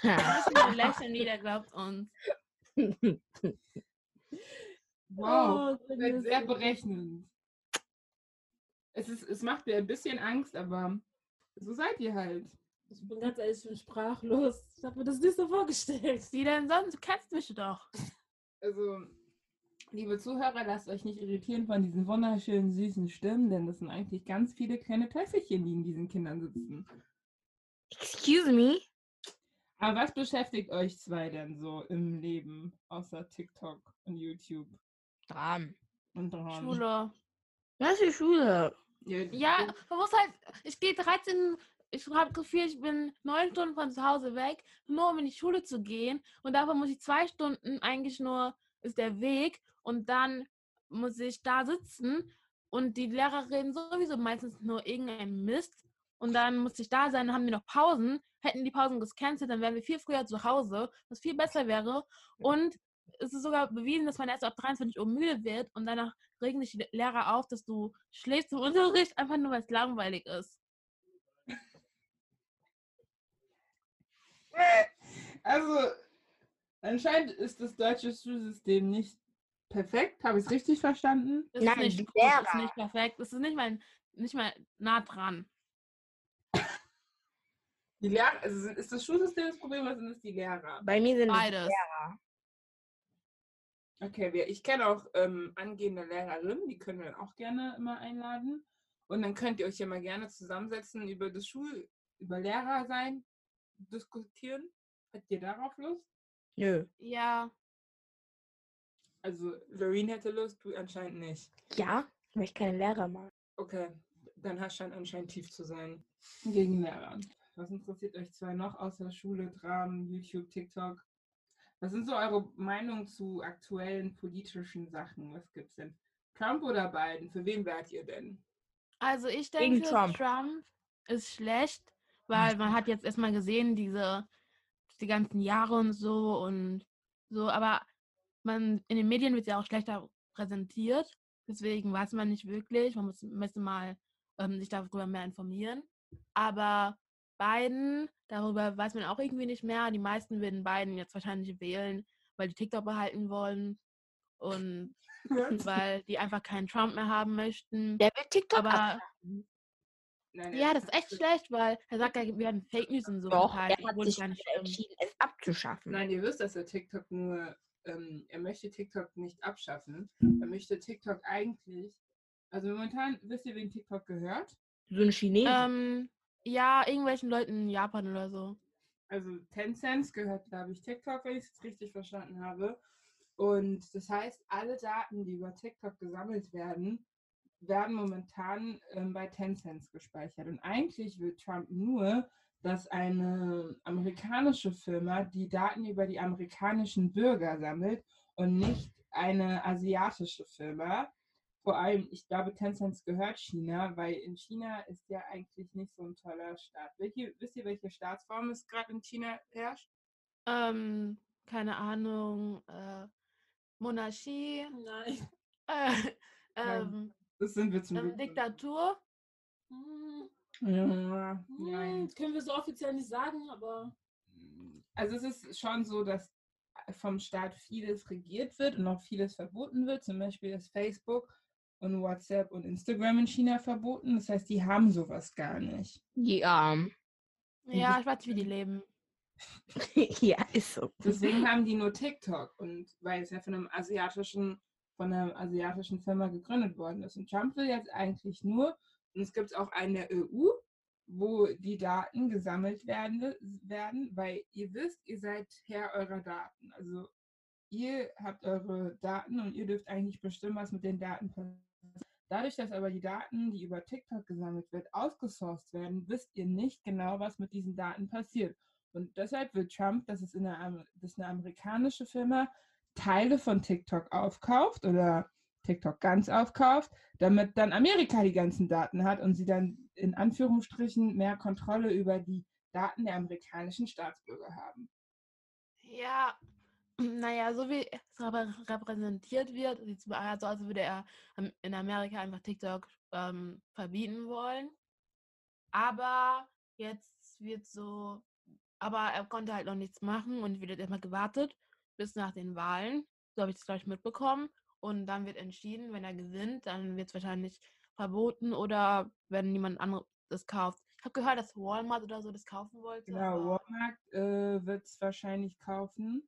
Speaker 4: Wir müssen nur lächeln, jeder glaubt uns.
Speaker 2: Wow,
Speaker 3: Oh,
Speaker 2: ihr seid
Speaker 3: goodness.
Speaker 2: sehr berechnend. Es, ist, es macht mir ein bisschen Angst, aber so seid ihr halt.
Speaker 3: Ich bin ganz ehrlich, ich bin sprachlos. Ich habe mir das nicht so vorgestellt.
Speaker 4: Wie denn sonst? Du kennst mich doch.
Speaker 2: Also, liebe Zuhörer, lasst euch nicht irritieren von diesen wunderschönen, süßen Stimmen, denn das sind eigentlich ganz viele kleine Teufelchen, die in diesen Kindern sitzen.
Speaker 1: Excuse me?
Speaker 2: Aber was beschäftigt euch zwei denn so im Leben, außer TikTok und YouTube
Speaker 1: Dran.
Speaker 2: und Dramen?
Speaker 4: Schule.
Speaker 1: Was für Schule?
Speaker 4: Ja, man muss halt, ich gehe 13, ich habe das Gefühl, ich bin neun Stunden von zu Hause weg, nur um in die Schule zu gehen. Und davon muss ich zwei Stunden eigentlich nur, ist der Weg. Und dann muss ich da sitzen und die Lehrer reden sowieso meistens nur irgendein Mist. Und dann muss ich da sein, dann haben wir noch Pausen. Hätten die Pausen gescancelt, dann wären wir viel früher zu Hause, was viel besser wäre. Und es ist sogar bewiesen, dass man erst ab 23 Uhr müde wird und danach regen dich die Lehrer auf, dass du schläfst im Unterricht, einfach nur weil es langweilig ist.
Speaker 2: Also, anscheinend ist das deutsche Schulsystem nicht perfekt. Habe ich es richtig verstanden?
Speaker 4: Es
Speaker 1: Nein,
Speaker 4: ist
Speaker 1: die
Speaker 4: nicht gut, es ist
Speaker 1: Lehrer.
Speaker 4: nicht perfekt, es ist nicht mal, nicht mal nah dran.
Speaker 2: Die Lehrer, also sind- ist das Schulsystem das Problem oder sind es die Lehrer?
Speaker 1: Bei mir sind es
Speaker 4: Beides.
Speaker 2: Okay, wir, ich kenne auch ähm, angehende Lehrerinnen, die können wir dann auch gerne immer einladen. Und dann könnt ihr euch ja mal gerne zusammensetzen über das Schul, über Lehrer sein, diskutieren. Habt ihr darauf Lust?
Speaker 1: Nö.
Speaker 4: Ja,
Speaker 2: Also Lorene hätte Lust, du anscheinend nicht.
Speaker 1: Ja, weil ich keine Lehrer mag.
Speaker 2: Okay, dann hast du halt anscheinend tief zu sein. Gegen Lehrer. Was interessiert euch zwei noch außer Schule, Dramen, YouTube, TikTok? Was sind so eure Meinungen zu aktuellen politischen Sachen? Was gibt's denn? Trump oder Biden? Für wen wärt ihr denn?
Speaker 4: also ich
Speaker 1: Gegen
Speaker 4: denke,
Speaker 1: Trump.
Speaker 4: Trump. ist schlecht, weil man hat jetzt erstmal gesehen, diese die ganzen Jahre und so und so, aber man in den Medien wird ja auch schlechter präsentiert, deswegen weiß man nicht wirklich, man muss müsste mal ähm, sich darüber mehr informieren. Aber Biden, darüber weiß man auch irgendwie nicht mehr. Die meisten werden Biden jetzt wahrscheinlich wählen, weil die TikTok behalten wollen und weil die einfach keinen Trump mehr haben möchten.
Speaker 1: Der will TikTok ab.
Speaker 4: Aber
Speaker 2: Nein, also
Speaker 4: ja,
Speaker 2: ehrlich
Speaker 4: das ist echt
Speaker 2: gesagt,
Speaker 4: schlecht, weil er sagt, ja, wir werden Fake News und so.
Speaker 1: Doch,
Speaker 4: geteilt,
Speaker 1: er hat
Speaker 4: obwohl es
Speaker 1: sich
Speaker 4: halt, gar nicht
Speaker 1: dafür
Speaker 4: stimmt.
Speaker 1: entschieden, es abzuschaffen.
Speaker 2: Nein, ihr wisst, dass er TikTok nur, ähm, er möchte TikTok nicht abschaffen. Er möchte TikTok eigentlich, also momentan wisst ihr, wem TikTok gehört?
Speaker 1: So ein Chinesen.
Speaker 4: Ähm, ja, irgendwelchen Leuten in Japan oder so.
Speaker 2: also 10 Cent gehört, glaube ich, TikTok, wenn ich es richtig verstanden habe. Und das heißt, alle Daten, die über TikTok gesammelt werden, werden momentan ähm, bei 10 Cent gespeichert. Und eigentlich will Trump nur, dass eine amerikanische Firma die Daten über die amerikanischen Bürger sammelt und nicht eine asiatische Firma. Vor allem, ich glaube, Tencent gehört China, weil in China ist ja eigentlich nicht so ein toller Staat. Welche, wisst ihr, welche Staatsform es gerade in China herrscht?
Speaker 4: Ähm, keine Ahnung. Äh, Monarchie.
Speaker 3: Nein.
Speaker 4: Äh, ähm,
Speaker 2: Das sind wir zum
Speaker 4: ähm,
Speaker 2: Glück. nicht.
Speaker 4: Diktatur.
Speaker 3: Hm,
Speaker 2: Ja,
Speaker 3: hm,
Speaker 2: nein.
Speaker 3: Können wir so offiziell nicht sagen, aber
Speaker 2: Also es ist schon so, dass vom Staat vieles regiert wird und auch vieles verboten wird. Zum Beispiel ist Facebook und WhatsApp und Instagram in China verboten. Das heißt, die haben sowas gar nicht.
Speaker 1: Ja. Mhm.
Speaker 4: Ja, ich weiß nicht, wie die leben.
Speaker 1: ja, ist so.
Speaker 2: Deswegen haben die nur TikTok und weil es ja von einem asiatischen, von einer asiatischen Firma gegründet worden ist. Und Trump will jetzt eigentlich nur, und es gibt auch eine EU, wo die Daten gesammelt werden, werden, weil ihr wisst, ihr seid Herr eurer Daten. Also ihr habt eure Daten und ihr dürft eigentlich bestimmen, was mit den Daten passiert. Dadurch, dass aber die Daten, die über TikTok gesammelt wird, ausgesourced werden, wisst ihr nicht genau, was mit diesen Daten passiert. Und deshalb will Trump, dass es in einer, Am- dass eine amerikanische Firma Teile von TikTok aufkauft oder TikTok ganz aufkauft, damit dann Amerika die ganzen Daten hat und sie dann in Anführungsstrichen mehr Kontrolle über die Daten der amerikanischen Staatsbürger haben.
Speaker 4: Ja, naja, so wie es reprä- repräsentiert wird, sieht es so aus, also, als würde er am- in Amerika einfach TikTok ähm, verbieten wollen. Aber jetzt wird so, aber er konnte halt noch nichts machen und wird jetzt erstmal gewartet bis nach den Wahlen. So habe ich das gleich mitbekommen. Und dann wird entschieden, wenn er gewinnt, dann wird es wahrscheinlich verboten oder wenn niemand anderes das kauft. Ich habe gehört, dass Walmart oder so das kaufen wollte.
Speaker 2: Genau,
Speaker 4: aber-
Speaker 2: Walmart äh, wird es wahrscheinlich kaufen.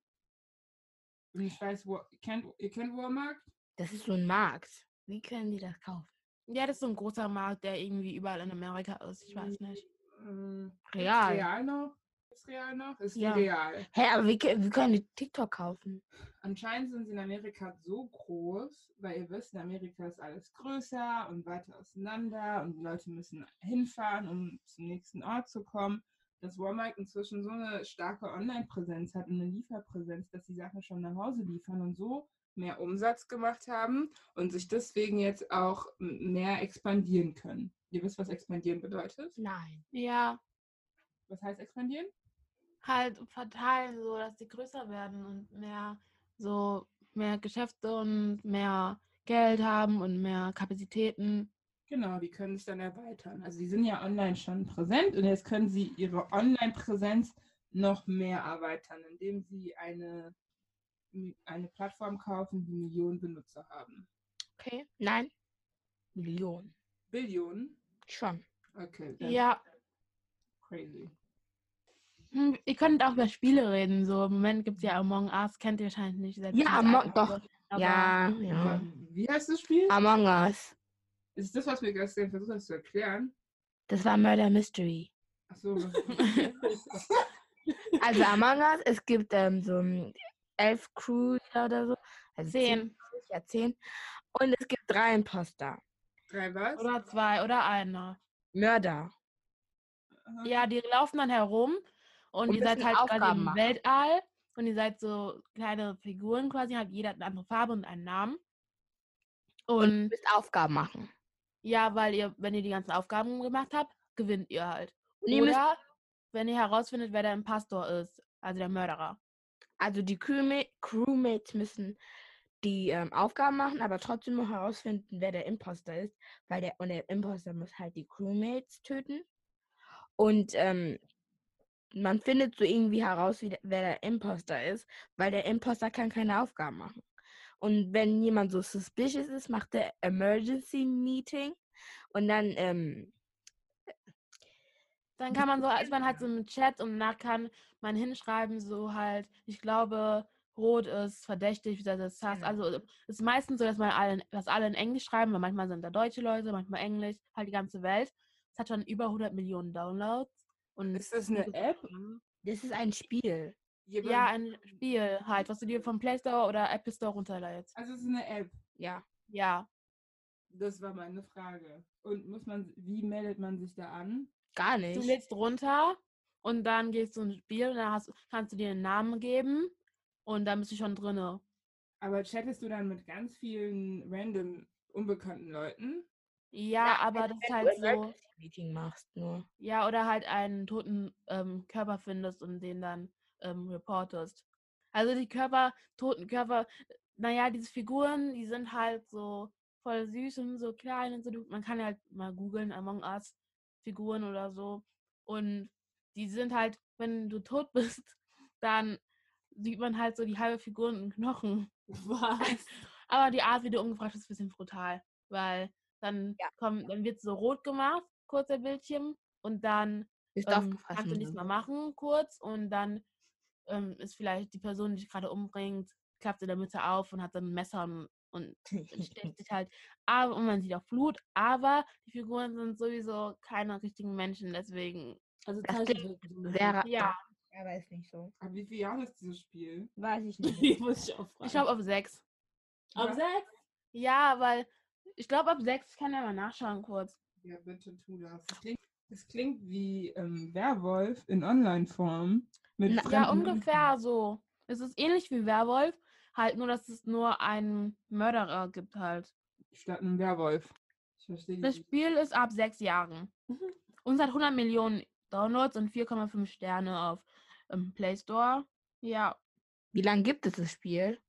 Speaker 2: Und ich weiß, Wa- kennt, ihr kennt Walmart?
Speaker 1: Das ist so ein Markt. Wie können die das kaufen?
Speaker 4: Ja, das ist so ein großer Markt, der irgendwie überall in Amerika ist. Ich weiß
Speaker 2: Mhm.
Speaker 4: nicht.
Speaker 2: Ähm, gibt's
Speaker 1: Real.
Speaker 2: Real noch? Ist Real noch? Ist
Speaker 4: Ja.
Speaker 2: ja. real.
Speaker 1: Hä, aber wir, kö- wir können die TikTok kaufen.
Speaker 2: Anscheinend sind sie in Amerika so groß, weil ihr wisst, in Amerika ist alles größer und weiter auseinander und die Leute müssen hinfahren, um zum nächsten Ort zu kommen, dass Walmart inzwischen so eine starke Online-Präsenz hat und eine Lieferpräsenz, dass die Sachen schon nach Hause liefern und so mehr Umsatz gemacht haben und sich deswegen jetzt auch m- mehr expandieren können. Ihr wisst, was expandieren bedeutet?
Speaker 1: Nein.
Speaker 4: Ja,
Speaker 2: Was heißt expandieren?
Speaker 4: halt verteilen, so dass die größer werden und mehr so mehr Geschäfte und mehr Geld haben und mehr Kapazitäten.
Speaker 2: Genau, die können sich dann erweitern. Also die sind ja online schon präsent und jetzt können sie ihre Online-Präsenz noch mehr erweitern, indem sie eine, eine Plattform kaufen, die Millionen Benutzer haben.
Speaker 4: Okay.
Speaker 1: Nein. Millionen.
Speaker 2: Billionen?
Speaker 1: Schon.
Speaker 2: Okay, that's
Speaker 4: Ja.
Speaker 2: crazy.
Speaker 4: Hm, Ihr könnt auch über Spiele reden. So im Moment gibt es ja Among Us, kennt ihr wahrscheinlich nicht. seid
Speaker 1: Ja,
Speaker 4: nicht
Speaker 1: Among-
Speaker 4: alt,
Speaker 1: doch.
Speaker 4: aber- aber-
Speaker 1: ja, ja.
Speaker 2: Wie heißt das Spiel?
Speaker 1: Among Us.
Speaker 2: Ist das, was wir gestern versucht haben zu erklären?
Speaker 1: Das war Murder Mystery.
Speaker 2: Achso,
Speaker 1: Also Among Us, es gibt ähm, so ein elf Crew oder so. Also
Speaker 4: Zehn.
Speaker 1: glaub ich, Ja, zehn. Und es gibt drei Imposter.
Speaker 2: drei was?
Speaker 4: Oder zwei oder einer.
Speaker 1: Mörder.
Speaker 2: Aha.
Speaker 4: Ja, die laufen dann herum und,
Speaker 1: Und
Speaker 4: ihr seid
Speaker 1: müssen
Speaker 4: halt quasi
Speaker 1: Aufgaben
Speaker 4: im
Speaker 1: machen.
Speaker 4: Weltall und ihr seid so kleine Figuren quasi, habt jeder hat eine andere Farbe und einen Namen.
Speaker 1: Und ihr
Speaker 4: Und
Speaker 1: müsst Aufgaben machen.
Speaker 4: ja, weil ihr, wenn ihr die ganzen Aufgaben gemacht habt, gewinnt ihr halt.
Speaker 1: Und ihr müsst,
Speaker 4: Oder wenn ihr herausfindet, wer der Impastor ist, also der Mörderer.
Speaker 1: also die Crewma- Crewmates müssen die ähm, Aufgaben machen, aber trotzdem noch herausfinden, wer der Imposter ist. Weil der, und der Imposter muss halt die Crewmates töten. Und ähm, man findet so irgendwie heraus, wie der, wer der Imposter ist, weil der Imposter kann keine Aufgaben machen. Und wenn jemand so suspicious ist, macht der Emergency Meeting und dann ähm,
Speaker 4: Dann kann man so, als man halt so im Chat und nach kann man hinschreiben, so halt, ich glaube, rot ist verdächtig, wieder das heißt.
Speaker 1: Genau.
Speaker 4: Also es ist meistens so, dass man alle, dass alle in Englisch schreiben, weil manchmal sind da deutsche Leute, manchmal Englisch, halt die ganze Welt. Es hat schon über 100 Millionen Downloads. Und
Speaker 2: Ist das eine App?
Speaker 1: das ist ein Spiel.
Speaker 2: Jemand-
Speaker 4: Ja, ein Spiel halt, was du dir vom Play Store oder App Store runterlädst.
Speaker 2: also es ist eine App.
Speaker 1: Ja.
Speaker 4: Ja,
Speaker 2: Das war meine Frage. Und muss man, wie meldet man sich da an?
Speaker 1: Gar
Speaker 4: du
Speaker 1: nicht.
Speaker 4: lädst runter und dann gehst du ins Spiel und dann hast, kannst du dir einen Namen geben und dann bist du schon drinne.
Speaker 2: Aber chattest du dann mit ganz vielen random unbekannten Leuten?
Speaker 4: Ja,
Speaker 1: Ja,
Speaker 4: aber
Speaker 1: also
Speaker 4: das ist
Speaker 1: wenn
Speaker 4: halt
Speaker 1: du
Speaker 4: so.
Speaker 1: Emergency Meeting machst nur.
Speaker 4: Ja, oder halt einen toten ähm, Körper findest und den dann ähm, reportest. Also die Körper, toten Körper, naja, diese Figuren, die sind halt so voll süß und so klein und so. Du- Man kann halt mal googeln, Among Us Figuren oder so. Und die sind halt, wenn du tot bist, dann
Speaker 3: sieht man halt so die halbe Figur und einen Knochen.
Speaker 4: Was?
Speaker 3: Aber die Art, wie du umgebracht hast, ist ein bisschen brutal, weil dann
Speaker 1: Ja.
Speaker 3: kommt, dann wird so rot gemacht, kurz der Bildschirm, und dann
Speaker 1: Bist
Speaker 3: ähm,
Speaker 1: aufgefasst.
Speaker 3: kannst du nichts mehr machen, kurz, und dann ähm, ist vielleicht die Person, die dich gerade umbringt, klappt in der Mitte auf und hat dann ein Messer und, und
Speaker 1: machen.
Speaker 3: sticht sich halt. Aber, und man sieht auch Blut, aber die Figuren sind sowieso keine richtigen Menschen, deswegen,
Speaker 4: Also
Speaker 1: Das
Speaker 4: Zeichentrick.
Speaker 1: Sehr ra-
Speaker 3: ja,
Speaker 1: aber ist nicht so.
Speaker 2: Aber wie viel Jahre ist dieses Spiel?
Speaker 1: Weiß ich nicht.
Speaker 4: Ich muss ich auch fragen.
Speaker 3: ich glaube auf sechs.
Speaker 4: Ab
Speaker 2: Ja.
Speaker 4: sechs?
Speaker 3: Ja, weil ich glaube ab sechs kann ja mal nachschauen kurz.
Speaker 2: Ja, bitte tu das. Es klingt, es klingt wie ähm, Werwolf in Online-Form. Mit
Speaker 1: Na,
Speaker 3: Ja,
Speaker 2: fremden
Speaker 3: ungefähr so. Es ist ähnlich wie Werwolf, halt nur, dass es nur einen Mörderer gibt halt.
Speaker 2: Leuten Statt einem Werwolf. Ich verstehe die
Speaker 3: Das
Speaker 2: nicht.
Speaker 3: Spiel ist ab sechs Jahren
Speaker 4: Mhm.
Speaker 3: und hat 100 Millionen Downloads und 4,5 Sterne auf ähm, Play Store. Ja,
Speaker 1: Wie lange gibt es das Spiel?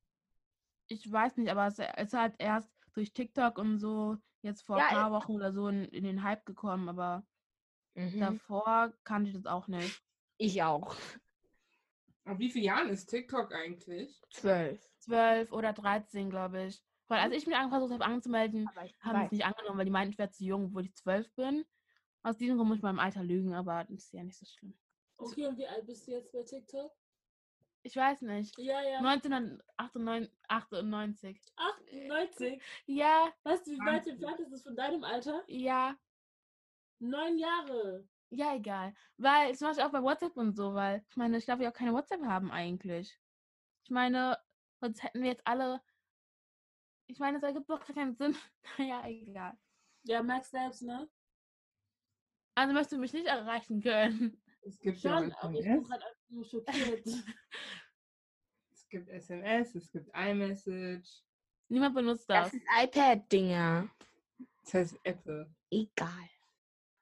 Speaker 3: ich weiß nicht, aber es, es hat erst durch TikTok und so jetzt vor
Speaker 1: Ja,
Speaker 3: ein paar Wochen oder so in, in den Hype gekommen, aber
Speaker 4: Mhm.
Speaker 3: Mhm. davor kannte ich das auch nicht.
Speaker 1: Ich auch.
Speaker 2: Ab wie vielen Jahren ist TikTok eigentlich?
Speaker 1: Zwölf.
Speaker 3: 12 oder 13, glaube ich.
Speaker 4: Mhm.
Speaker 3: Weil als ich mich an- versucht habe anzumelden,
Speaker 1: Aber ich
Speaker 3: haben sie es
Speaker 1: weiß.
Speaker 3: nicht angenommen, weil die meinten, ich wäre zu jung, obwohl ich zwölf bin. Aus diesem Grund muss ich meinem Alter lügen, aber das ist ja nicht so schlimm.
Speaker 4: Okay, und wie alt bist du jetzt bei TikTok?
Speaker 3: Ich weiß nicht.
Speaker 4: Ja, ja.
Speaker 3: 1998.
Speaker 4: 98.
Speaker 3: Ja,
Speaker 4: Weißt du, wie weit
Speaker 2: 20.
Speaker 4: entfernt ist es von deinem Alter?
Speaker 3: ja,
Speaker 4: Neun Jahre.
Speaker 3: ja, egal. Weil zum Beispiel auch bei WhatsApp und so, weil ich meine, ich darf ja auch keine WhatsApp haben eigentlich. Ich meine, sonst hätten wir jetzt alle. Ich meine, es ergibt doch gar keinen Sinn. Naja, egal.
Speaker 4: Ja, merkst selbst, ne?
Speaker 3: Also möchtest du mich nicht erreichen können.
Speaker 2: Es gibt ja
Speaker 4: Schon, aber ich halt bin
Speaker 2: SMS,
Speaker 4: gerade einfach nur schockiert.
Speaker 2: es gibt SMS, es gibt iMessage.
Speaker 3: Niemand benutzt das.
Speaker 1: Das ist iPad-Dinger.
Speaker 2: Das heißt Apple.
Speaker 1: Egal.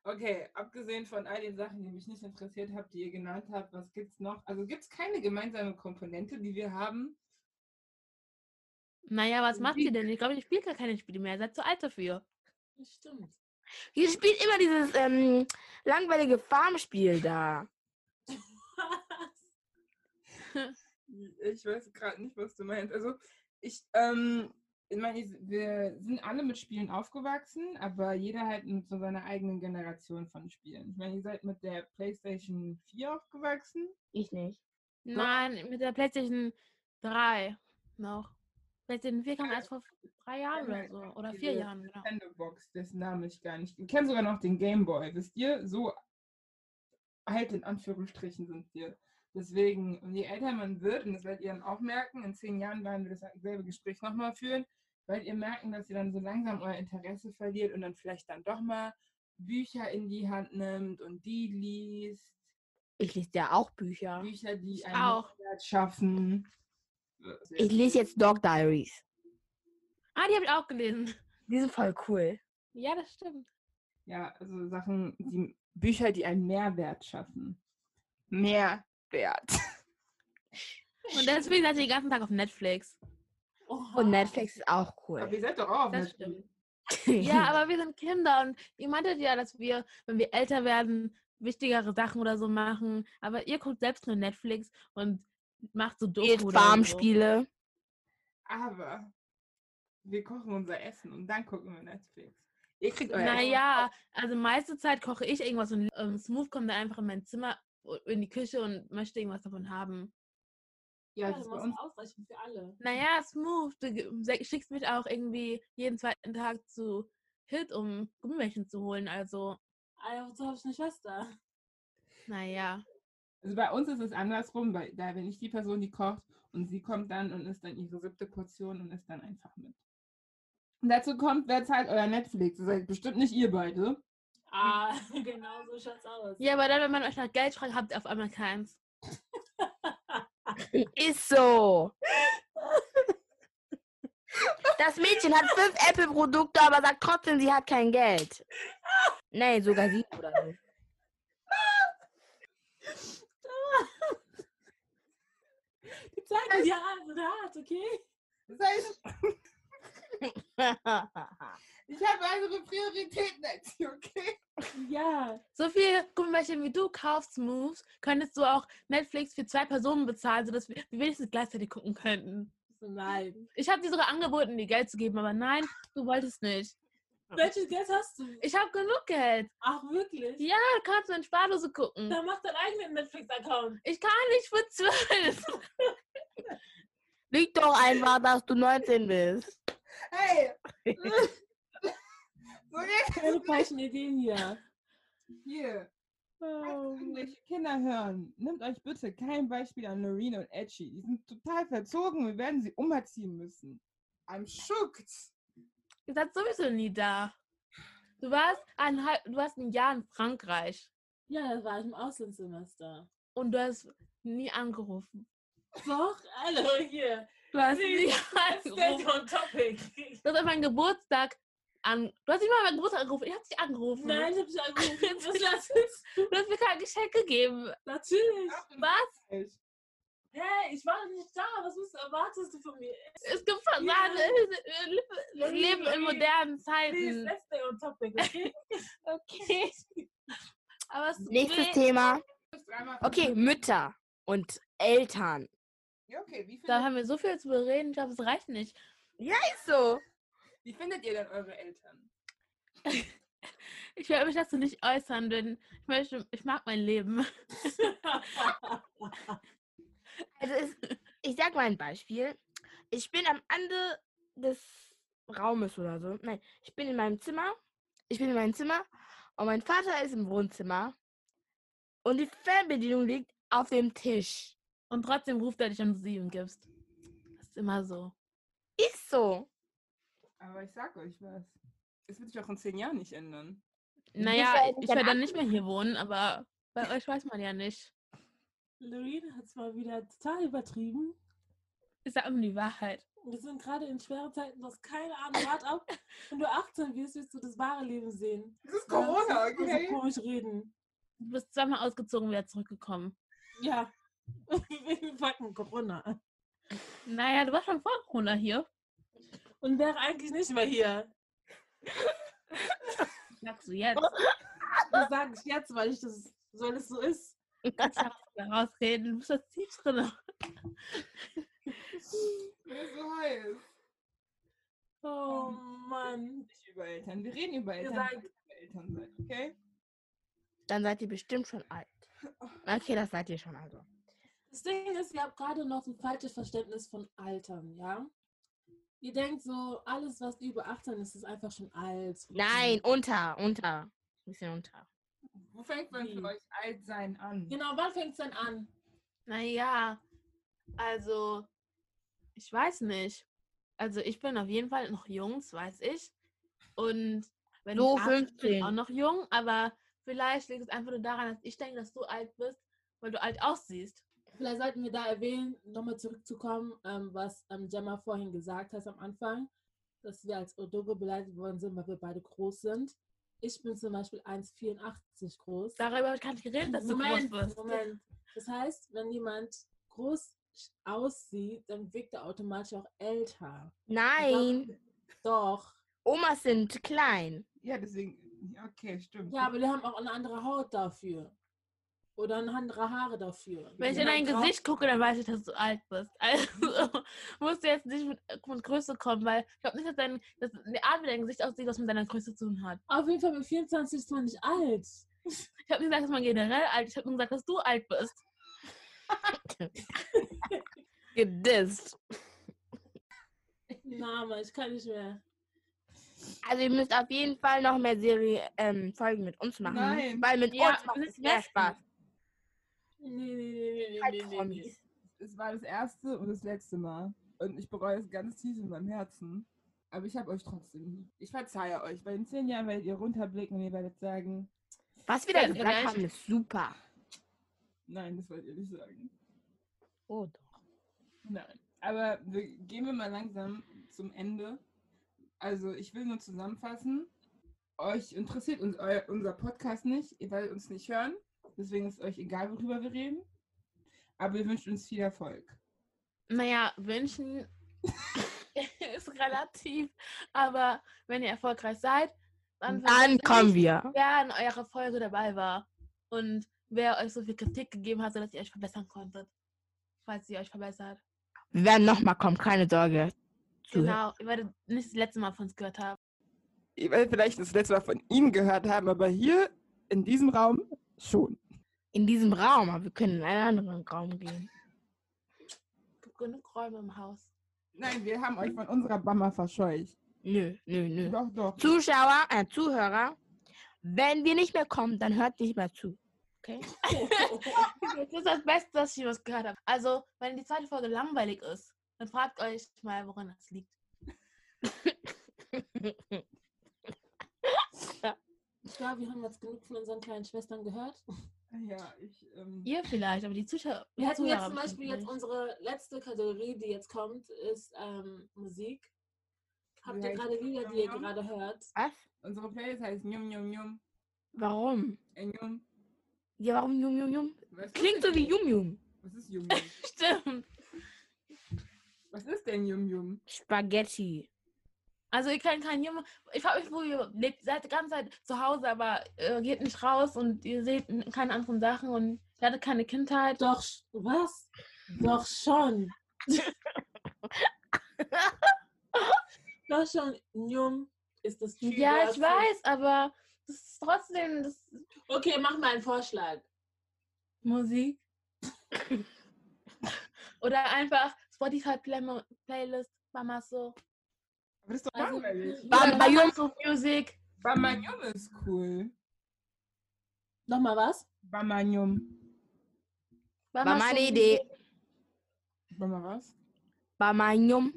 Speaker 2: Okay, abgesehen von all den Sachen, die mich nicht interessiert haben, die ihr genannt habt, was gibt's noch? Also gibt's keine gemeinsame Komponente, die wir haben?
Speaker 3: Naja, was macht ihr
Speaker 2: Musik.
Speaker 3: denn? Ich glaube, ich spiele gar keine Spiele mehr. Ihr seid zu alt dafür.
Speaker 4: Stimmt.
Speaker 1: Hier spielt immer dieses ähm, langweilige Farmspiel da.
Speaker 2: Ich weiß gerade nicht, was du meinst. Also, ich, ähm, ich meine, ich- wir sind alle mit Spielen aufgewachsen, aber jeder halt mit so seiner eigenen Generation von Spielen. Ich meine, ihr seid mit der PlayStation 4 aufgewachsen.
Speaker 1: Ich nicht.
Speaker 3: Nein, mit der PlayStation 3 noch. PlayStation 4 kam erst vor drei Jahren
Speaker 2: halt
Speaker 3: oder so.
Speaker 2: auch
Speaker 3: Oder vier
Speaker 2: diese
Speaker 3: Jahren, genau.
Speaker 2: Nintendo Box, dessen Namen ich gar nicht. Ich kenne sogar noch den Game Boy, wisst ihr? So alt in Anführungsstrichen sind wir. Deswegen, und je älter man wird, und das werdet ihr dann auch merken, in zehn Jahren werden wir dasselbe Gespräch nochmal führen, werdet ihr merken, dass ihr dann so langsam euer Interesse verliert und dann vielleicht dann doch mal Bücher in die Hand nimmt und die liest.
Speaker 1: Ich lese ja auch Bücher.
Speaker 2: Bücher, die einen
Speaker 3: auch.
Speaker 2: Mehrwert schaffen.
Speaker 1: Ich lese jetzt Dog Diaries.
Speaker 3: Ah, die habe ich auch gelesen.
Speaker 1: Die sind voll cool.
Speaker 3: Ja, das stimmt.
Speaker 2: Ja, also Sachen, die Bücher, die einen Mehrwert schaffen. Mehrwert.
Speaker 3: Und deswegen seid ihr den ganzen Tag auf Netflix.
Speaker 4: Oh.
Speaker 1: Und Netflix ist auch
Speaker 2: Aber
Speaker 1: cool.
Speaker 2: ihr seid doch auch auf
Speaker 3: Das
Speaker 2: Netflix.
Speaker 3: stimmt. Ja, aber wir sind Kinder und ihr meintet ja, dass wir, wenn wir älter werden, wichtigere Sachen oder so machen. Aber ihr guckt selbst nur Netflix und macht so
Speaker 1: Spielt
Speaker 3: Doku oder so.
Speaker 1: Farmspiele.
Speaker 2: Aber wir kochen unser Essen und dann gucken wir Netflix. Ihr kriegt euer
Speaker 3: Naja, also meiste Zeit koche ich irgendwas und ähm, Smooth kommt dann einfach in mein Zimmer, o- in die Küche und möchte irgendwas davon haben.
Speaker 2: Essen. Ja,
Speaker 4: Ja,
Speaker 2: das ist
Speaker 4: du
Speaker 2: bei
Speaker 4: machst
Speaker 2: uns.
Speaker 4: ausreichend für alle.
Speaker 3: Naja, Smooth, du ge- se- schickst mich auch irgendwie jeden zweiten Tag zu Hit, um Gummibärchen zu holen. Also,
Speaker 4: Aber so habe ich eine Schwester.
Speaker 3: naja.
Speaker 2: Also bei uns ist es andersrum, weil da bin ich die Person, die kocht und sie kommt dann und isst dann ihre siebte Portion und isst dann einfach mit. Und dazu kommt, wer zahlt euer Netflix? Ihr seid bestimmt nicht ihr beide.
Speaker 4: Ah, genau so schaut's aus.
Speaker 3: Ja, aber dann, wenn man euch nach Geld fragt, habt ihr auf einmal keins.
Speaker 1: Ist so. Das Mädchen hat fünf Apple-Produkte, aber sagt trotzdem, sie hat kein Geld. Nee, sogar sieben oder so.
Speaker 4: Die Zeit ist ja
Speaker 3: also
Speaker 4: hart, sind hart, okay?
Speaker 2: Das heißt, ich habe andere Prioritäten als ihr, also okay?
Speaker 3: Ja.
Speaker 4: So viel Gummibärchen wie du kaufst, Moves, könntest du auch Netflix für zwei Personen bezahlen, sodass wir wir wenigstens gleichzeitig gucken könnten.
Speaker 3: Nein.
Speaker 4: Ich habe dir sogar angeboten, dir Geld zu geben, aber nein, du wolltest nicht.
Speaker 3: Welches Geld hast du?
Speaker 4: Ich habe genug Geld.
Speaker 3: Ach, wirklich?
Speaker 4: Ja, du kannst in Spardose gucken.
Speaker 3: Dann mach deinen eigenen Netflix-Account.
Speaker 4: Ich kann nicht für zwölf.
Speaker 1: Liegt doch einfach, dass du 19 bist.
Speaker 2: Hey! so geht's
Speaker 3: Keine falschen Ideen hier.
Speaker 2: hier. Falls irgendwelche Kinder hören, nehmt euch bitte kein Beispiel an Noreen und Edgy. Die sind total verzogen. Wir werden sie umerziehen müssen. I'm shocked.
Speaker 4: Ihr seid sowieso nie da. Du warst ein, halb- du warst ein Jahr in Frankreich
Speaker 3: Ja, das war ich im Auslandssemester.
Speaker 4: und du hast nie angerufen.
Speaker 3: Doch, hallo hier.
Speaker 4: Du hast
Speaker 3: Nee,
Speaker 4: nie
Speaker 3: Let's stay
Speaker 4: angerufen.
Speaker 3: on topic.
Speaker 4: Du hast auf meinen Geburtstag an. Du hast nicht mal meinen Geburtstag angerufen. Ich hab dich angerufen.
Speaker 3: Nein, ich hab dich angerufen.
Speaker 4: Jetzt
Speaker 3: Was
Speaker 4: lass-
Speaker 3: lass
Speaker 4: Du hast mir kein Geschenk gegeben.
Speaker 3: Natürlich.
Speaker 4: Was?
Speaker 2: Falsch.
Speaker 3: Hey, ich war nicht da. Was musst du, erwartest du von mir?
Speaker 4: Es gibt Versage. Wir leben- wir leben in modernen
Speaker 3: Please,
Speaker 4: Zeiten.
Speaker 3: let's stay on topic, okay?
Speaker 4: Okay. Aber es
Speaker 1: Nächstes
Speaker 4: weh-
Speaker 1: Thema.
Speaker 2: Das ist dreimal-
Speaker 1: Okay, Mütter und Eltern.
Speaker 2: Ja, okay. Wie
Speaker 4: Da
Speaker 2: findet,
Speaker 4: haben wir so viel zu bereden. Ich glaube, es reicht nicht.
Speaker 1: So.
Speaker 2: wie findet ihr denn eure Eltern?
Speaker 4: Ich werde mich dazu nicht äußern, denn ich möchte, ich mag mein Leben.
Speaker 1: Also es, ich sag mal ein Beispiel. Ich bin am Ende des Raumes oder so. Nein, ich bin in meinem Zimmer. Ich bin in meinem Zimmer und mein Vater ist im Wohnzimmer und die Fernbedienung liegt auf dem Tisch.
Speaker 4: Und trotzdem ruft er dich um sieben gibst. Das ist immer so.
Speaker 1: Ist so.
Speaker 2: Aber ich sag euch was. Es wird sich auch in zehn Jahren nicht ändern.
Speaker 4: Naja,
Speaker 1: sollten
Speaker 4: ich
Speaker 1: dann
Speaker 4: werde dann nicht mehr hier wohnen, aber bei euch weiß man ja nicht.
Speaker 3: Loreen hat es mal wieder total übertrieben.
Speaker 4: Ich sage immer die Wahrheit.
Speaker 3: Wir sind gerade in schweren Zeiten, du hast keine Ahnung, wart ab. Wenn du 18 wirst, wirst du das wahre Leben sehen.
Speaker 2: Es ist
Speaker 3: Du kannst nicht mehr so komisch reden.
Speaker 4: Du bist zweimal ausgezogen, wieder zurückgekommen.
Speaker 3: Ja. Wegen fucking Corona.
Speaker 4: Naja, du warst schon vor Corona hier.
Speaker 3: Und wäre eigentlich nicht mehr hier.
Speaker 4: Sagst du jetzt?
Speaker 3: Das sage ich jetzt, weil ich das, weil es so ist.
Speaker 4: Ich kann daraus reden. Du bist das tief drin.
Speaker 2: Wer ist so heiß?
Speaker 3: Oh Mann.
Speaker 2: Nicht über Eltern. Wir reden über
Speaker 3: Ihr
Speaker 2: Eltern.
Speaker 3: seid
Speaker 2: weil ihr Eltern seid, okay?
Speaker 1: Dann seid ihr bestimmt schon alt. Okay, das seid ihr schon also.
Speaker 3: Das Ding ist, ihr habt gerade noch ein falsches Verständnis von Altern, ja? Ihr denkt so, alles, was über 18 ist, ist einfach schon alt.
Speaker 1: Nein, unter, unter. Bisschen unter.
Speaker 2: Wo fängt man für
Speaker 3: Wie?
Speaker 2: euch Altsein an?
Speaker 3: Genau, wann fängt es denn an?
Speaker 4: Naja, also, ich weiß nicht. Also, ich bin auf jeden Fall noch jung, das weiß ich. Und wenn
Speaker 1: So
Speaker 4: ich alt bin, bin
Speaker 1: 15.
Speaker 4: ich auch noch jung, aber vielleicht liegt es einfach nur daran, dass ich denke, dass du alt bist, weil du alt aussiehst.
Speaker 3: Vielleicht sollten wir da erwähnen, nochmal zurückzukommen, ähm, was ähm, Gemma vorhin gesagt hat am Anfang, dass wir als Odogo beleidigt worden sind, weil wir beide groß sind. Ich bin zum Beispiel 1,84 groß.
Speaker 4: Darüber habe ich gar nicht geredet, dass du
Speaker 3: Moment,
Speaker 4: groß bist.
Speaker 3: Moment. Das heißt, wenn jemand groß aussieht, dann wirkt er automatisch auch älter.
Speaker 1: Nein,
Speaker 3: Doch.
Speaker 1: Omas sind klein.
Speaker 2: Ja, deswegen. ja, Okay, stimmt.
Speaker 3: Ja, aber die haben auch eine andere Haut dafür. Oder eine andere Haare dafür.
Speaker 4: Wenn ich in dein
Speaker 3: Jemand grau-
Speaker 4: Gesicht gucke, dann weiß ich, dass du alt bist. Also musst du jetzt nicht mit, mit Größe kommen, weil ich glaube nicht, dass, dein, dass die Art, wie dein Gesicht aussieht, was mit deiner Größe zu tun hat.
Speaker 3: Auf jeden Fall mit 24 ist man nicht alt.
Speaker 4: Ich habe nicht gesagt, dass man generell alt ist. Ich habe nur gesagt, dass du alt bist.
Speaker 1: Gedisst.
Speaker 3: Na, Mann, ich kann nicht mehr.
Speaker 1: Also ihr müsst auf jeden Fall noch mehr Serie ähm, Folgen mit uns machen.
Speaker 2: Nein.
Speaker 1: Weil mit
Speaker 4: Ja,
Speaker 1: uns macht
Speaker 4: das
Speaker 1: es mehr
Speaker 4: wissen
Speaker 1: Spaß.
Speaker 3: Nee, nee, nee, nee, nee,
Speaker 1: Als
Speaker 3: nee, nee, nee.
Speaker 1: Promis.
Speaker 2: Es war das erste und das letzte Mal. Und ich bereue es ganz tief in meinem Herzen. Aber ich habe euch trotzdem lieb. Ich verzeihe euch, weil in zehn Jahren werdet ihr runterblicken und ihr werdet sagen,
Speaker 1: Was wir da
Speaker 4: Ja,
Speaker 1: gesagt
Speaker 4: vielleicht.
Speaker 1: haben, ist super.
Speaker 2: nein, das wollt ihr nicht sagen.
Speaker 1: Oh doch.
Speaker 2: Nein. Aber wir gehen wir mal langsam zum Ende. Also ich will nur zusammenfassen. Euch interessiert uns eu unser Podcast nicht. Ihr werdet uns nicht hören. Deswegen ist euch egal, worüber wir reden. Aber ihr wünscht uns viel Erfolg.
Speaker 4: Naja, wünschen ist relativ. Aber wenn ihr erfolgreich seid, Dann,
Speaker 1: Dann kommen wir.
Speaker 4: wer in eurer Folge dabei war und wer euch so viel Kritik gegeben hat, sodass ihr euch verbessern konntet. Falls ihr euch verbessert.
Speaker 1: Wir werden nochmal kommen, keine Sorge. Zuhören.
Speaker 4: Genau, ihr werdet nicht das letzte Mal von uns gehört haben.
Speaker 2: Ihr werdet vielleicht das letzte Mal von ihm gehört haben, aber hier in diesem Raum schon.
Speaker 1: In diesem Raum, aber wir können in einen anderen Raum gehen.
Speaker 4: Gibt genug Räume im Haus.
Speaker 2: Nein, wir haben euch von unserer Bammer verscheucht.
Speaker 1: Nö, nö, nö.
Speaker 2: Doch, doch.
Speaker 1: Zuschauer, äh, Zuhörer, wenn wir nicht mehr kommen, dann hört nicht mehr zu. Okay?
Speaker 4: Das ist das Beste, was ich jemals gehört habe. Also, wenn die zweite Folge langweilig ist, dann fragt euch mal, woran das liegt.
Speaker 3: Ich glaube, wir haben jetzt genug von unseren kleinen Schwestern gehört.
Speaker 2: Ah Ja, ich, ähm,
Speaker 4: Ihr vielleicht, aber die Zuschauer. die
Speaker 3: Wir hatten jetzt
Speaker 4: Zuhörer
Speaker 3: zum Beispiel
Speaker 4: bestimmt
Speaker 3: jetzt
Speaker 4: nicht.
Speaker 3: unsere letzte Kategorie, die jetzt kommt, ist ähm, Musik. Habt ihr
Speaker 2: Vielleicht
Speaker 3: gerade Lieder, die ihr
Speaker 2: Programm?
Speaker 3: gerade hört?
Speaker 1: Was?
Speaker 2: unsere Playlist heißt Njum Njum Njum.
Speaker 1: Warum?
Speaker 2: Äh, Njum.
Speaker 1: Ja, warum Yum Yum Yum?
Speaker 2: Was
Speaker 1: Klingt
Speaker 2: ist denn
Speaker 1: so wie Yum Yum.
Speaker 2: Was ist Yum Yum?
Speaker 4: Stimmt.
Speaker 2: Was ist denn Yum Yum?
Speaker 1: Spaghetti.
Speaker 4: Also ihr könnt kein Junge. Ich frage mich, wo ihr lebt. Ihr seid die ganze Zeit zu Hause, aber äh, geht nicht raus und ihr seht n- keine anderen Sachen und ihr hattet keine Kindheit.
Speaker 3: Doch, sch- was? Doch schon. Doch schon. Njum ist das Typ.
Speaker 4: Ja, ich weiß, aber das ist trotzdem das
Speaker 3: Okay, mach mal einen Vorschlag.
Speaker 4: Musik. Oder einfach Spotify Play Playlist, Mama so.
Speaker 2: Aber das ist doch
Speaker 4: Also-
Speaker 2: langweilig.
Speaker 1: Bam,
Speaker 4: Oder
Speaker 1: bam,
Speaker 4: Mama so Music.
Speaker 2: Bammer Yum ist cool.
Speaker 3: Nochmal was?
Speaker 2: Bammer Yum.
Speaker 1: War
Speaker 4: So
Speaker 1: meine
Speaker 4: Music.
Speaker 1: Idee.
Speaker 2: Bammer was?
Speaker 1: War mein Yum.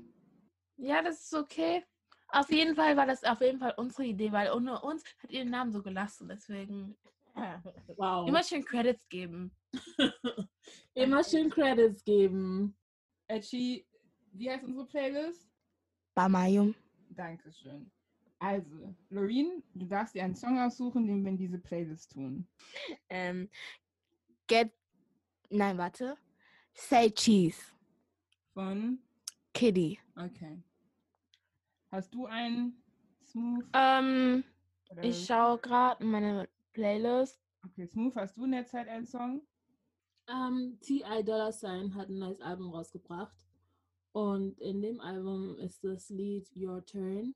Speaker 4: Ja, das ist okay. Auf jeden Fall war das auf jeden Fall unsere Idee, weil ohne uns hat ihr den Namen so gelassen. Deswegen äh,
Speaker 3: Wow.
Speaker 4: immer schön Credits geben.
Speaker 3: Immer schön Credits geben.
Speaker 2: Edgy, wie heißt unsere Playlist?
Speaker 1: War mein Yum.
Speaker 2: Dankeschön. Also, Loreen, du darfst dir einen Song aussuchen, den wir in diese Playlist tun.
Speaker 1: Ähm, get. Nein, warte. Say Cheese.
Speaker 2: Von,
Speaker 1: Kitty.
Speaker 2: okay. Hast du einen Smooth?
Speaker 4: Ähm,
Speaker 2: oder-
Speaker 4: Ich schaue gerade meine Playlist.
Speaker 2: Okay, Smooth, hast du in der Zeit einen Song?
Speaker 3: Ähm, T.I. Dollar Sign hat ein neues Album rausgebracht. Und in dem Album ist das Lied Your Turn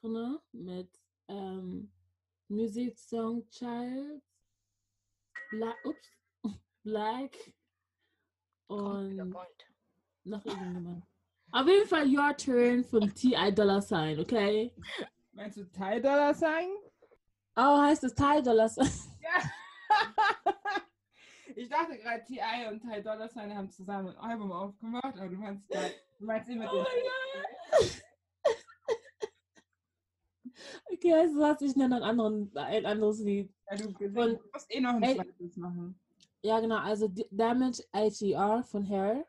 Speaker 3: drin mit ähm, Music Song Child, Bla ups, Black und noch irgendjemand. Auf jeden Fall Your Turn von T.I. Dollar Sign, okay?
Speaker 2: Meinst du Ty Dollar Sign?
Speaker 3: Oh, heißt es T.I. Dollar Sign?
Speaker 2: ich dachte gerade, T.I. und Ty Dollar Sign haben zusammen ein Album aufgemacht, aber du meinst, da, du meinst ihn mit dem...
Speaker 3: Oh mein Okay, also hast ich nenne einen anderen, ein anderes Lied.
Speaker 2: Ja, du,
Speaker 3: Und-
Speaker 2: du musst eh noch ein
Speaker 3: Ey.
Speaker 2: zweites machen.
Speaker 3: Ja, genau, also D- Damage IGR von Hair.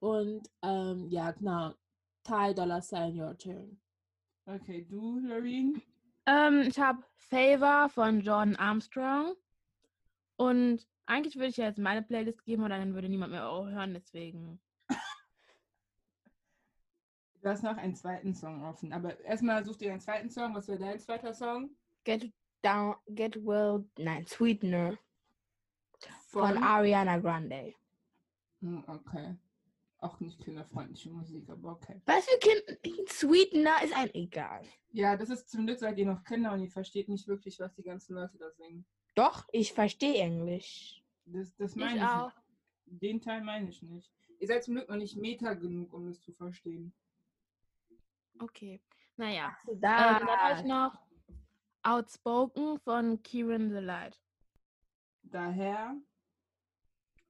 Speaker 3: Und ähm, ja, genau. Thai Dollar Sign Your Turn.
Speaker 2: Okay, du, Loreen?
Speaker 4: Ähm, ich habe Favor von Jordan Armstrong. Und eigentlich würde ich ja jetzt meine Playlist geben, aber dann würde niemand mehr eure hören, deswegen.
Speaker 2: Du hast noch einen zweiten Song offen, aber erstmal such dir deinen zweiten Song. Was wäre dein zweiter Song?
Speaker 1: Get down. Get well. Nein, Sweetener. Von
Speaker 2: Von-
Speaker 1: Ariana Grande.
Speaker 2: Hm, Okay. Auch nicht kinderfreundliche Musik, aber okay.
Speaker 1: Was für Kind. Sweetener ist ein egal.
Speaker 2: Ja, das ist zum Glück seid ihr noch Kinder und ihr versteht nicht wirklich, was die ganzen Leute da singen.
Speaker 1: Doch, ich verstehe Englisch.
Speaker 2: Das, das
Speaker 4: Ich
Speaker 2: meine ich,
Speaker 4: auch.
Speaker 2: nicht. Den Teil meine ich nicht. Ihr seid zum Glück noch nicht Meta genug, um das zu verstehen.
Speaker 4: Okay. Naja.
Speaker 1: Da.
Speaker 4: Ähm, dann habe ich
Speaker 3: Ah.
Speaker 4: noch Outspoken von Kieran the Light.
Speaker 2: Daher,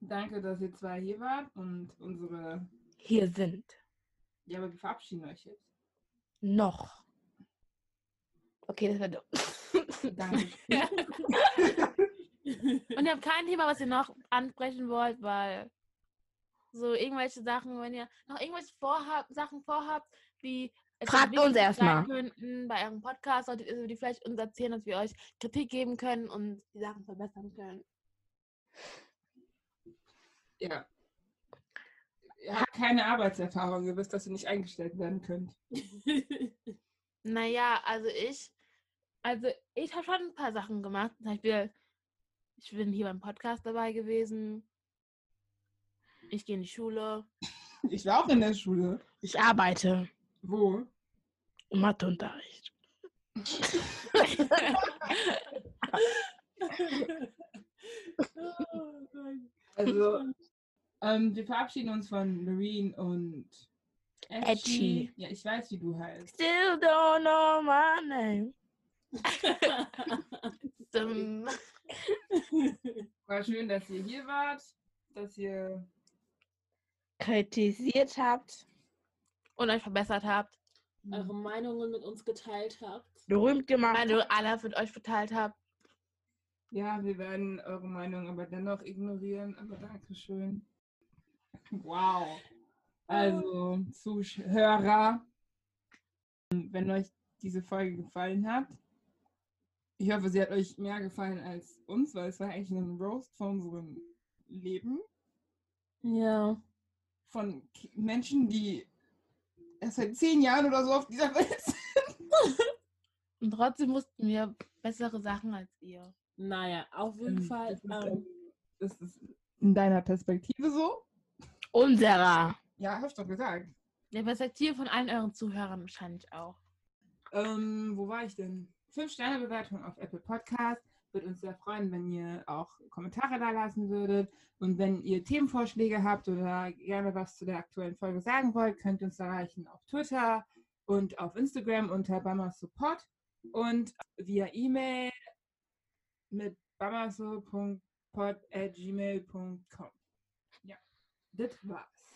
Speaker 2: danke, dass ihr zwei hier wart und unsere.
Speaker 1: Hier sind.
Speaker 2: Ja, aber wir verabschieden euch jetzt.
Speaker 1: Noch. Okay, das war dumm.
Speaker 2: Danke.
Speaker 4: Und ihr habt kein Thema, was ihr noch ansprechen wollt, weil so irgendwelche Sachen, wenn ihr noch irgendwelche vorhabt, Sachen vorhabt, die es
Speaker 1: Fragt
Speaker 4: wichtig
Speaker 1: uns erst
Speaker 4: sein
Speaker 1: mal.
Speaker 4: könnten bei eurem Podcast, solltet ihr die vielleicht uns erzählen, dass wir euch Kritik geben können und die Sachen verbessern können.
Speaker 2: Ja. Ihr habt keine Arbeitserfahrung, ihr wisst, dass ihr nicht eingestellt werden könnt.
Speaker 4: Naja, also ich, also ich habe schon ein paar Sachen gemacht. Zum Beispiel, ich bin hier beim Podcast dabei gewesen. Ich gehe in die Schule.
Speaker 2: Ich war auch in der Schule.
Speaker 1: Ich arbeite
Speaker 2: Wo?
Speaker 1: im Matheunterricht.
Speaker 3: oh Gott.
Speaker 2: Also, ähm, wir verabschieden uns von Marine und
Speaker 1: Edgy.
Speaker 2: Ja, ich weiß, wie du heißt.
Speaker 1: Still don't know my name.
Speaker 4: Zum-
Speaker 2: War schön, dass ihr hier wart, dass ihr
Speaker 1: Kritisiert habt,
Speaker 4: Und euch verbessert habt.
Speaker 3: Eure Meinungen mit uns geteilt habt.
Speaker 1: berühmt gemacht habt.
Speaker 4: Meine Allah mit euch verteilt habt.
Speaker 2: Ja, wir werden eure Meinung aber dennoch ignorieren. Aber Dankeschön. Wow. Also, Zuhörer, wenn euch diese Folge gefallen hat, ich hoffe, sie hat euch mehr gefallen als uns, weil es war eigentlich ein Roast von unserem Leben,
Speaker 3: Ja.
Speaker 2: von Ki- Menschen, die erst seit zehn Jahren oder so auf dieser Welt sind.
Speaker 4: Und trotzdem mussten wir bessere Sachen als ihr.
Speaker 3: Naja, auf jeden Fall.
Speaker 2: Das ist,
Speaker 3: Ähm,
Speaker 2: ähm, Das ist in deiner Perspektive so.
Speaker 1: Unserer.
Speaker 2: Ja, hast du doch gesagt.
Speaker 4: Der Perspektive von allen euren Zuhörern wahrscheinlich auch.
Speaker 2: Ähm, wo war ich denn? Fünf-Sterne-Bewertung auf Apple Podcast. Würde uns sehr freuen, wenn ihr auch Kommentare da lassen würdet. Und wenn ihr Themenvorschläge habt oder gerne was zu der aktuellen Folge sagen wollt, könnt ihr uns erreichen auf Twitter und auf Instagram unter Bammersupport und via E-Mail mit bammersupport.gmail.com. Ja, das war's.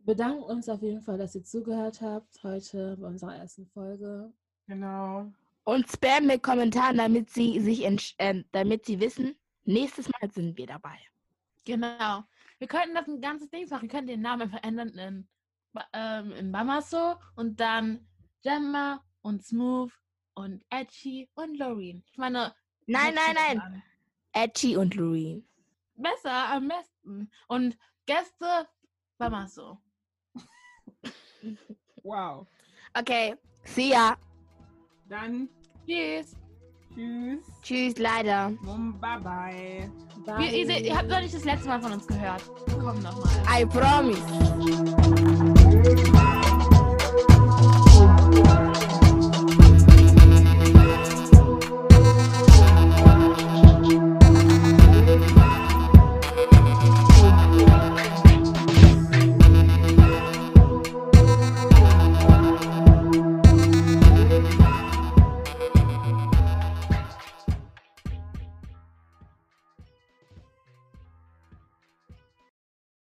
Speaker 3: bedanken uns auf jeden Fall, dass ihr zugehört habt heute bei unserer ersten Folge.
Speaker 2: Genau.
Speaker 1: Und spam mit Kommentaren, damit sie sich entsch- äh, damit sie wissen, nächstes Mal sind wir dabei.
Speaker 4: Genau. Wir könnten das ein ganzes Ding machen. Wir könnten den Namen verändern in, Ba- ähm, in Bamaso und dann Gemma und Smooth und Edgy und Loreen. Ich meine.
Speaker 1: Nein,
Speaker 4: hört
Speaker 1: nein,
Speaker 4: sich
Speaker 1: nein.
Speaker 4: an.
Speaker 1: Edgy und Louis.
Speaker 4: Besser, am besten. Und Gäste Bamaso.
Speaker 2: Wow.
Speaker 1: Okay, see ya.
Speaker 2: Dann
Speaker 4: Tschüss.
Speaker 2: tschüss
Speaker 1: Tschüss, leider.
Speaker 2: und bye bye.
Speaker 4: Wir, ihr, seht- ihr habt noch nicht das letzte Mal von uns gehört. Komm nochmal.
Speaker 1: I promise.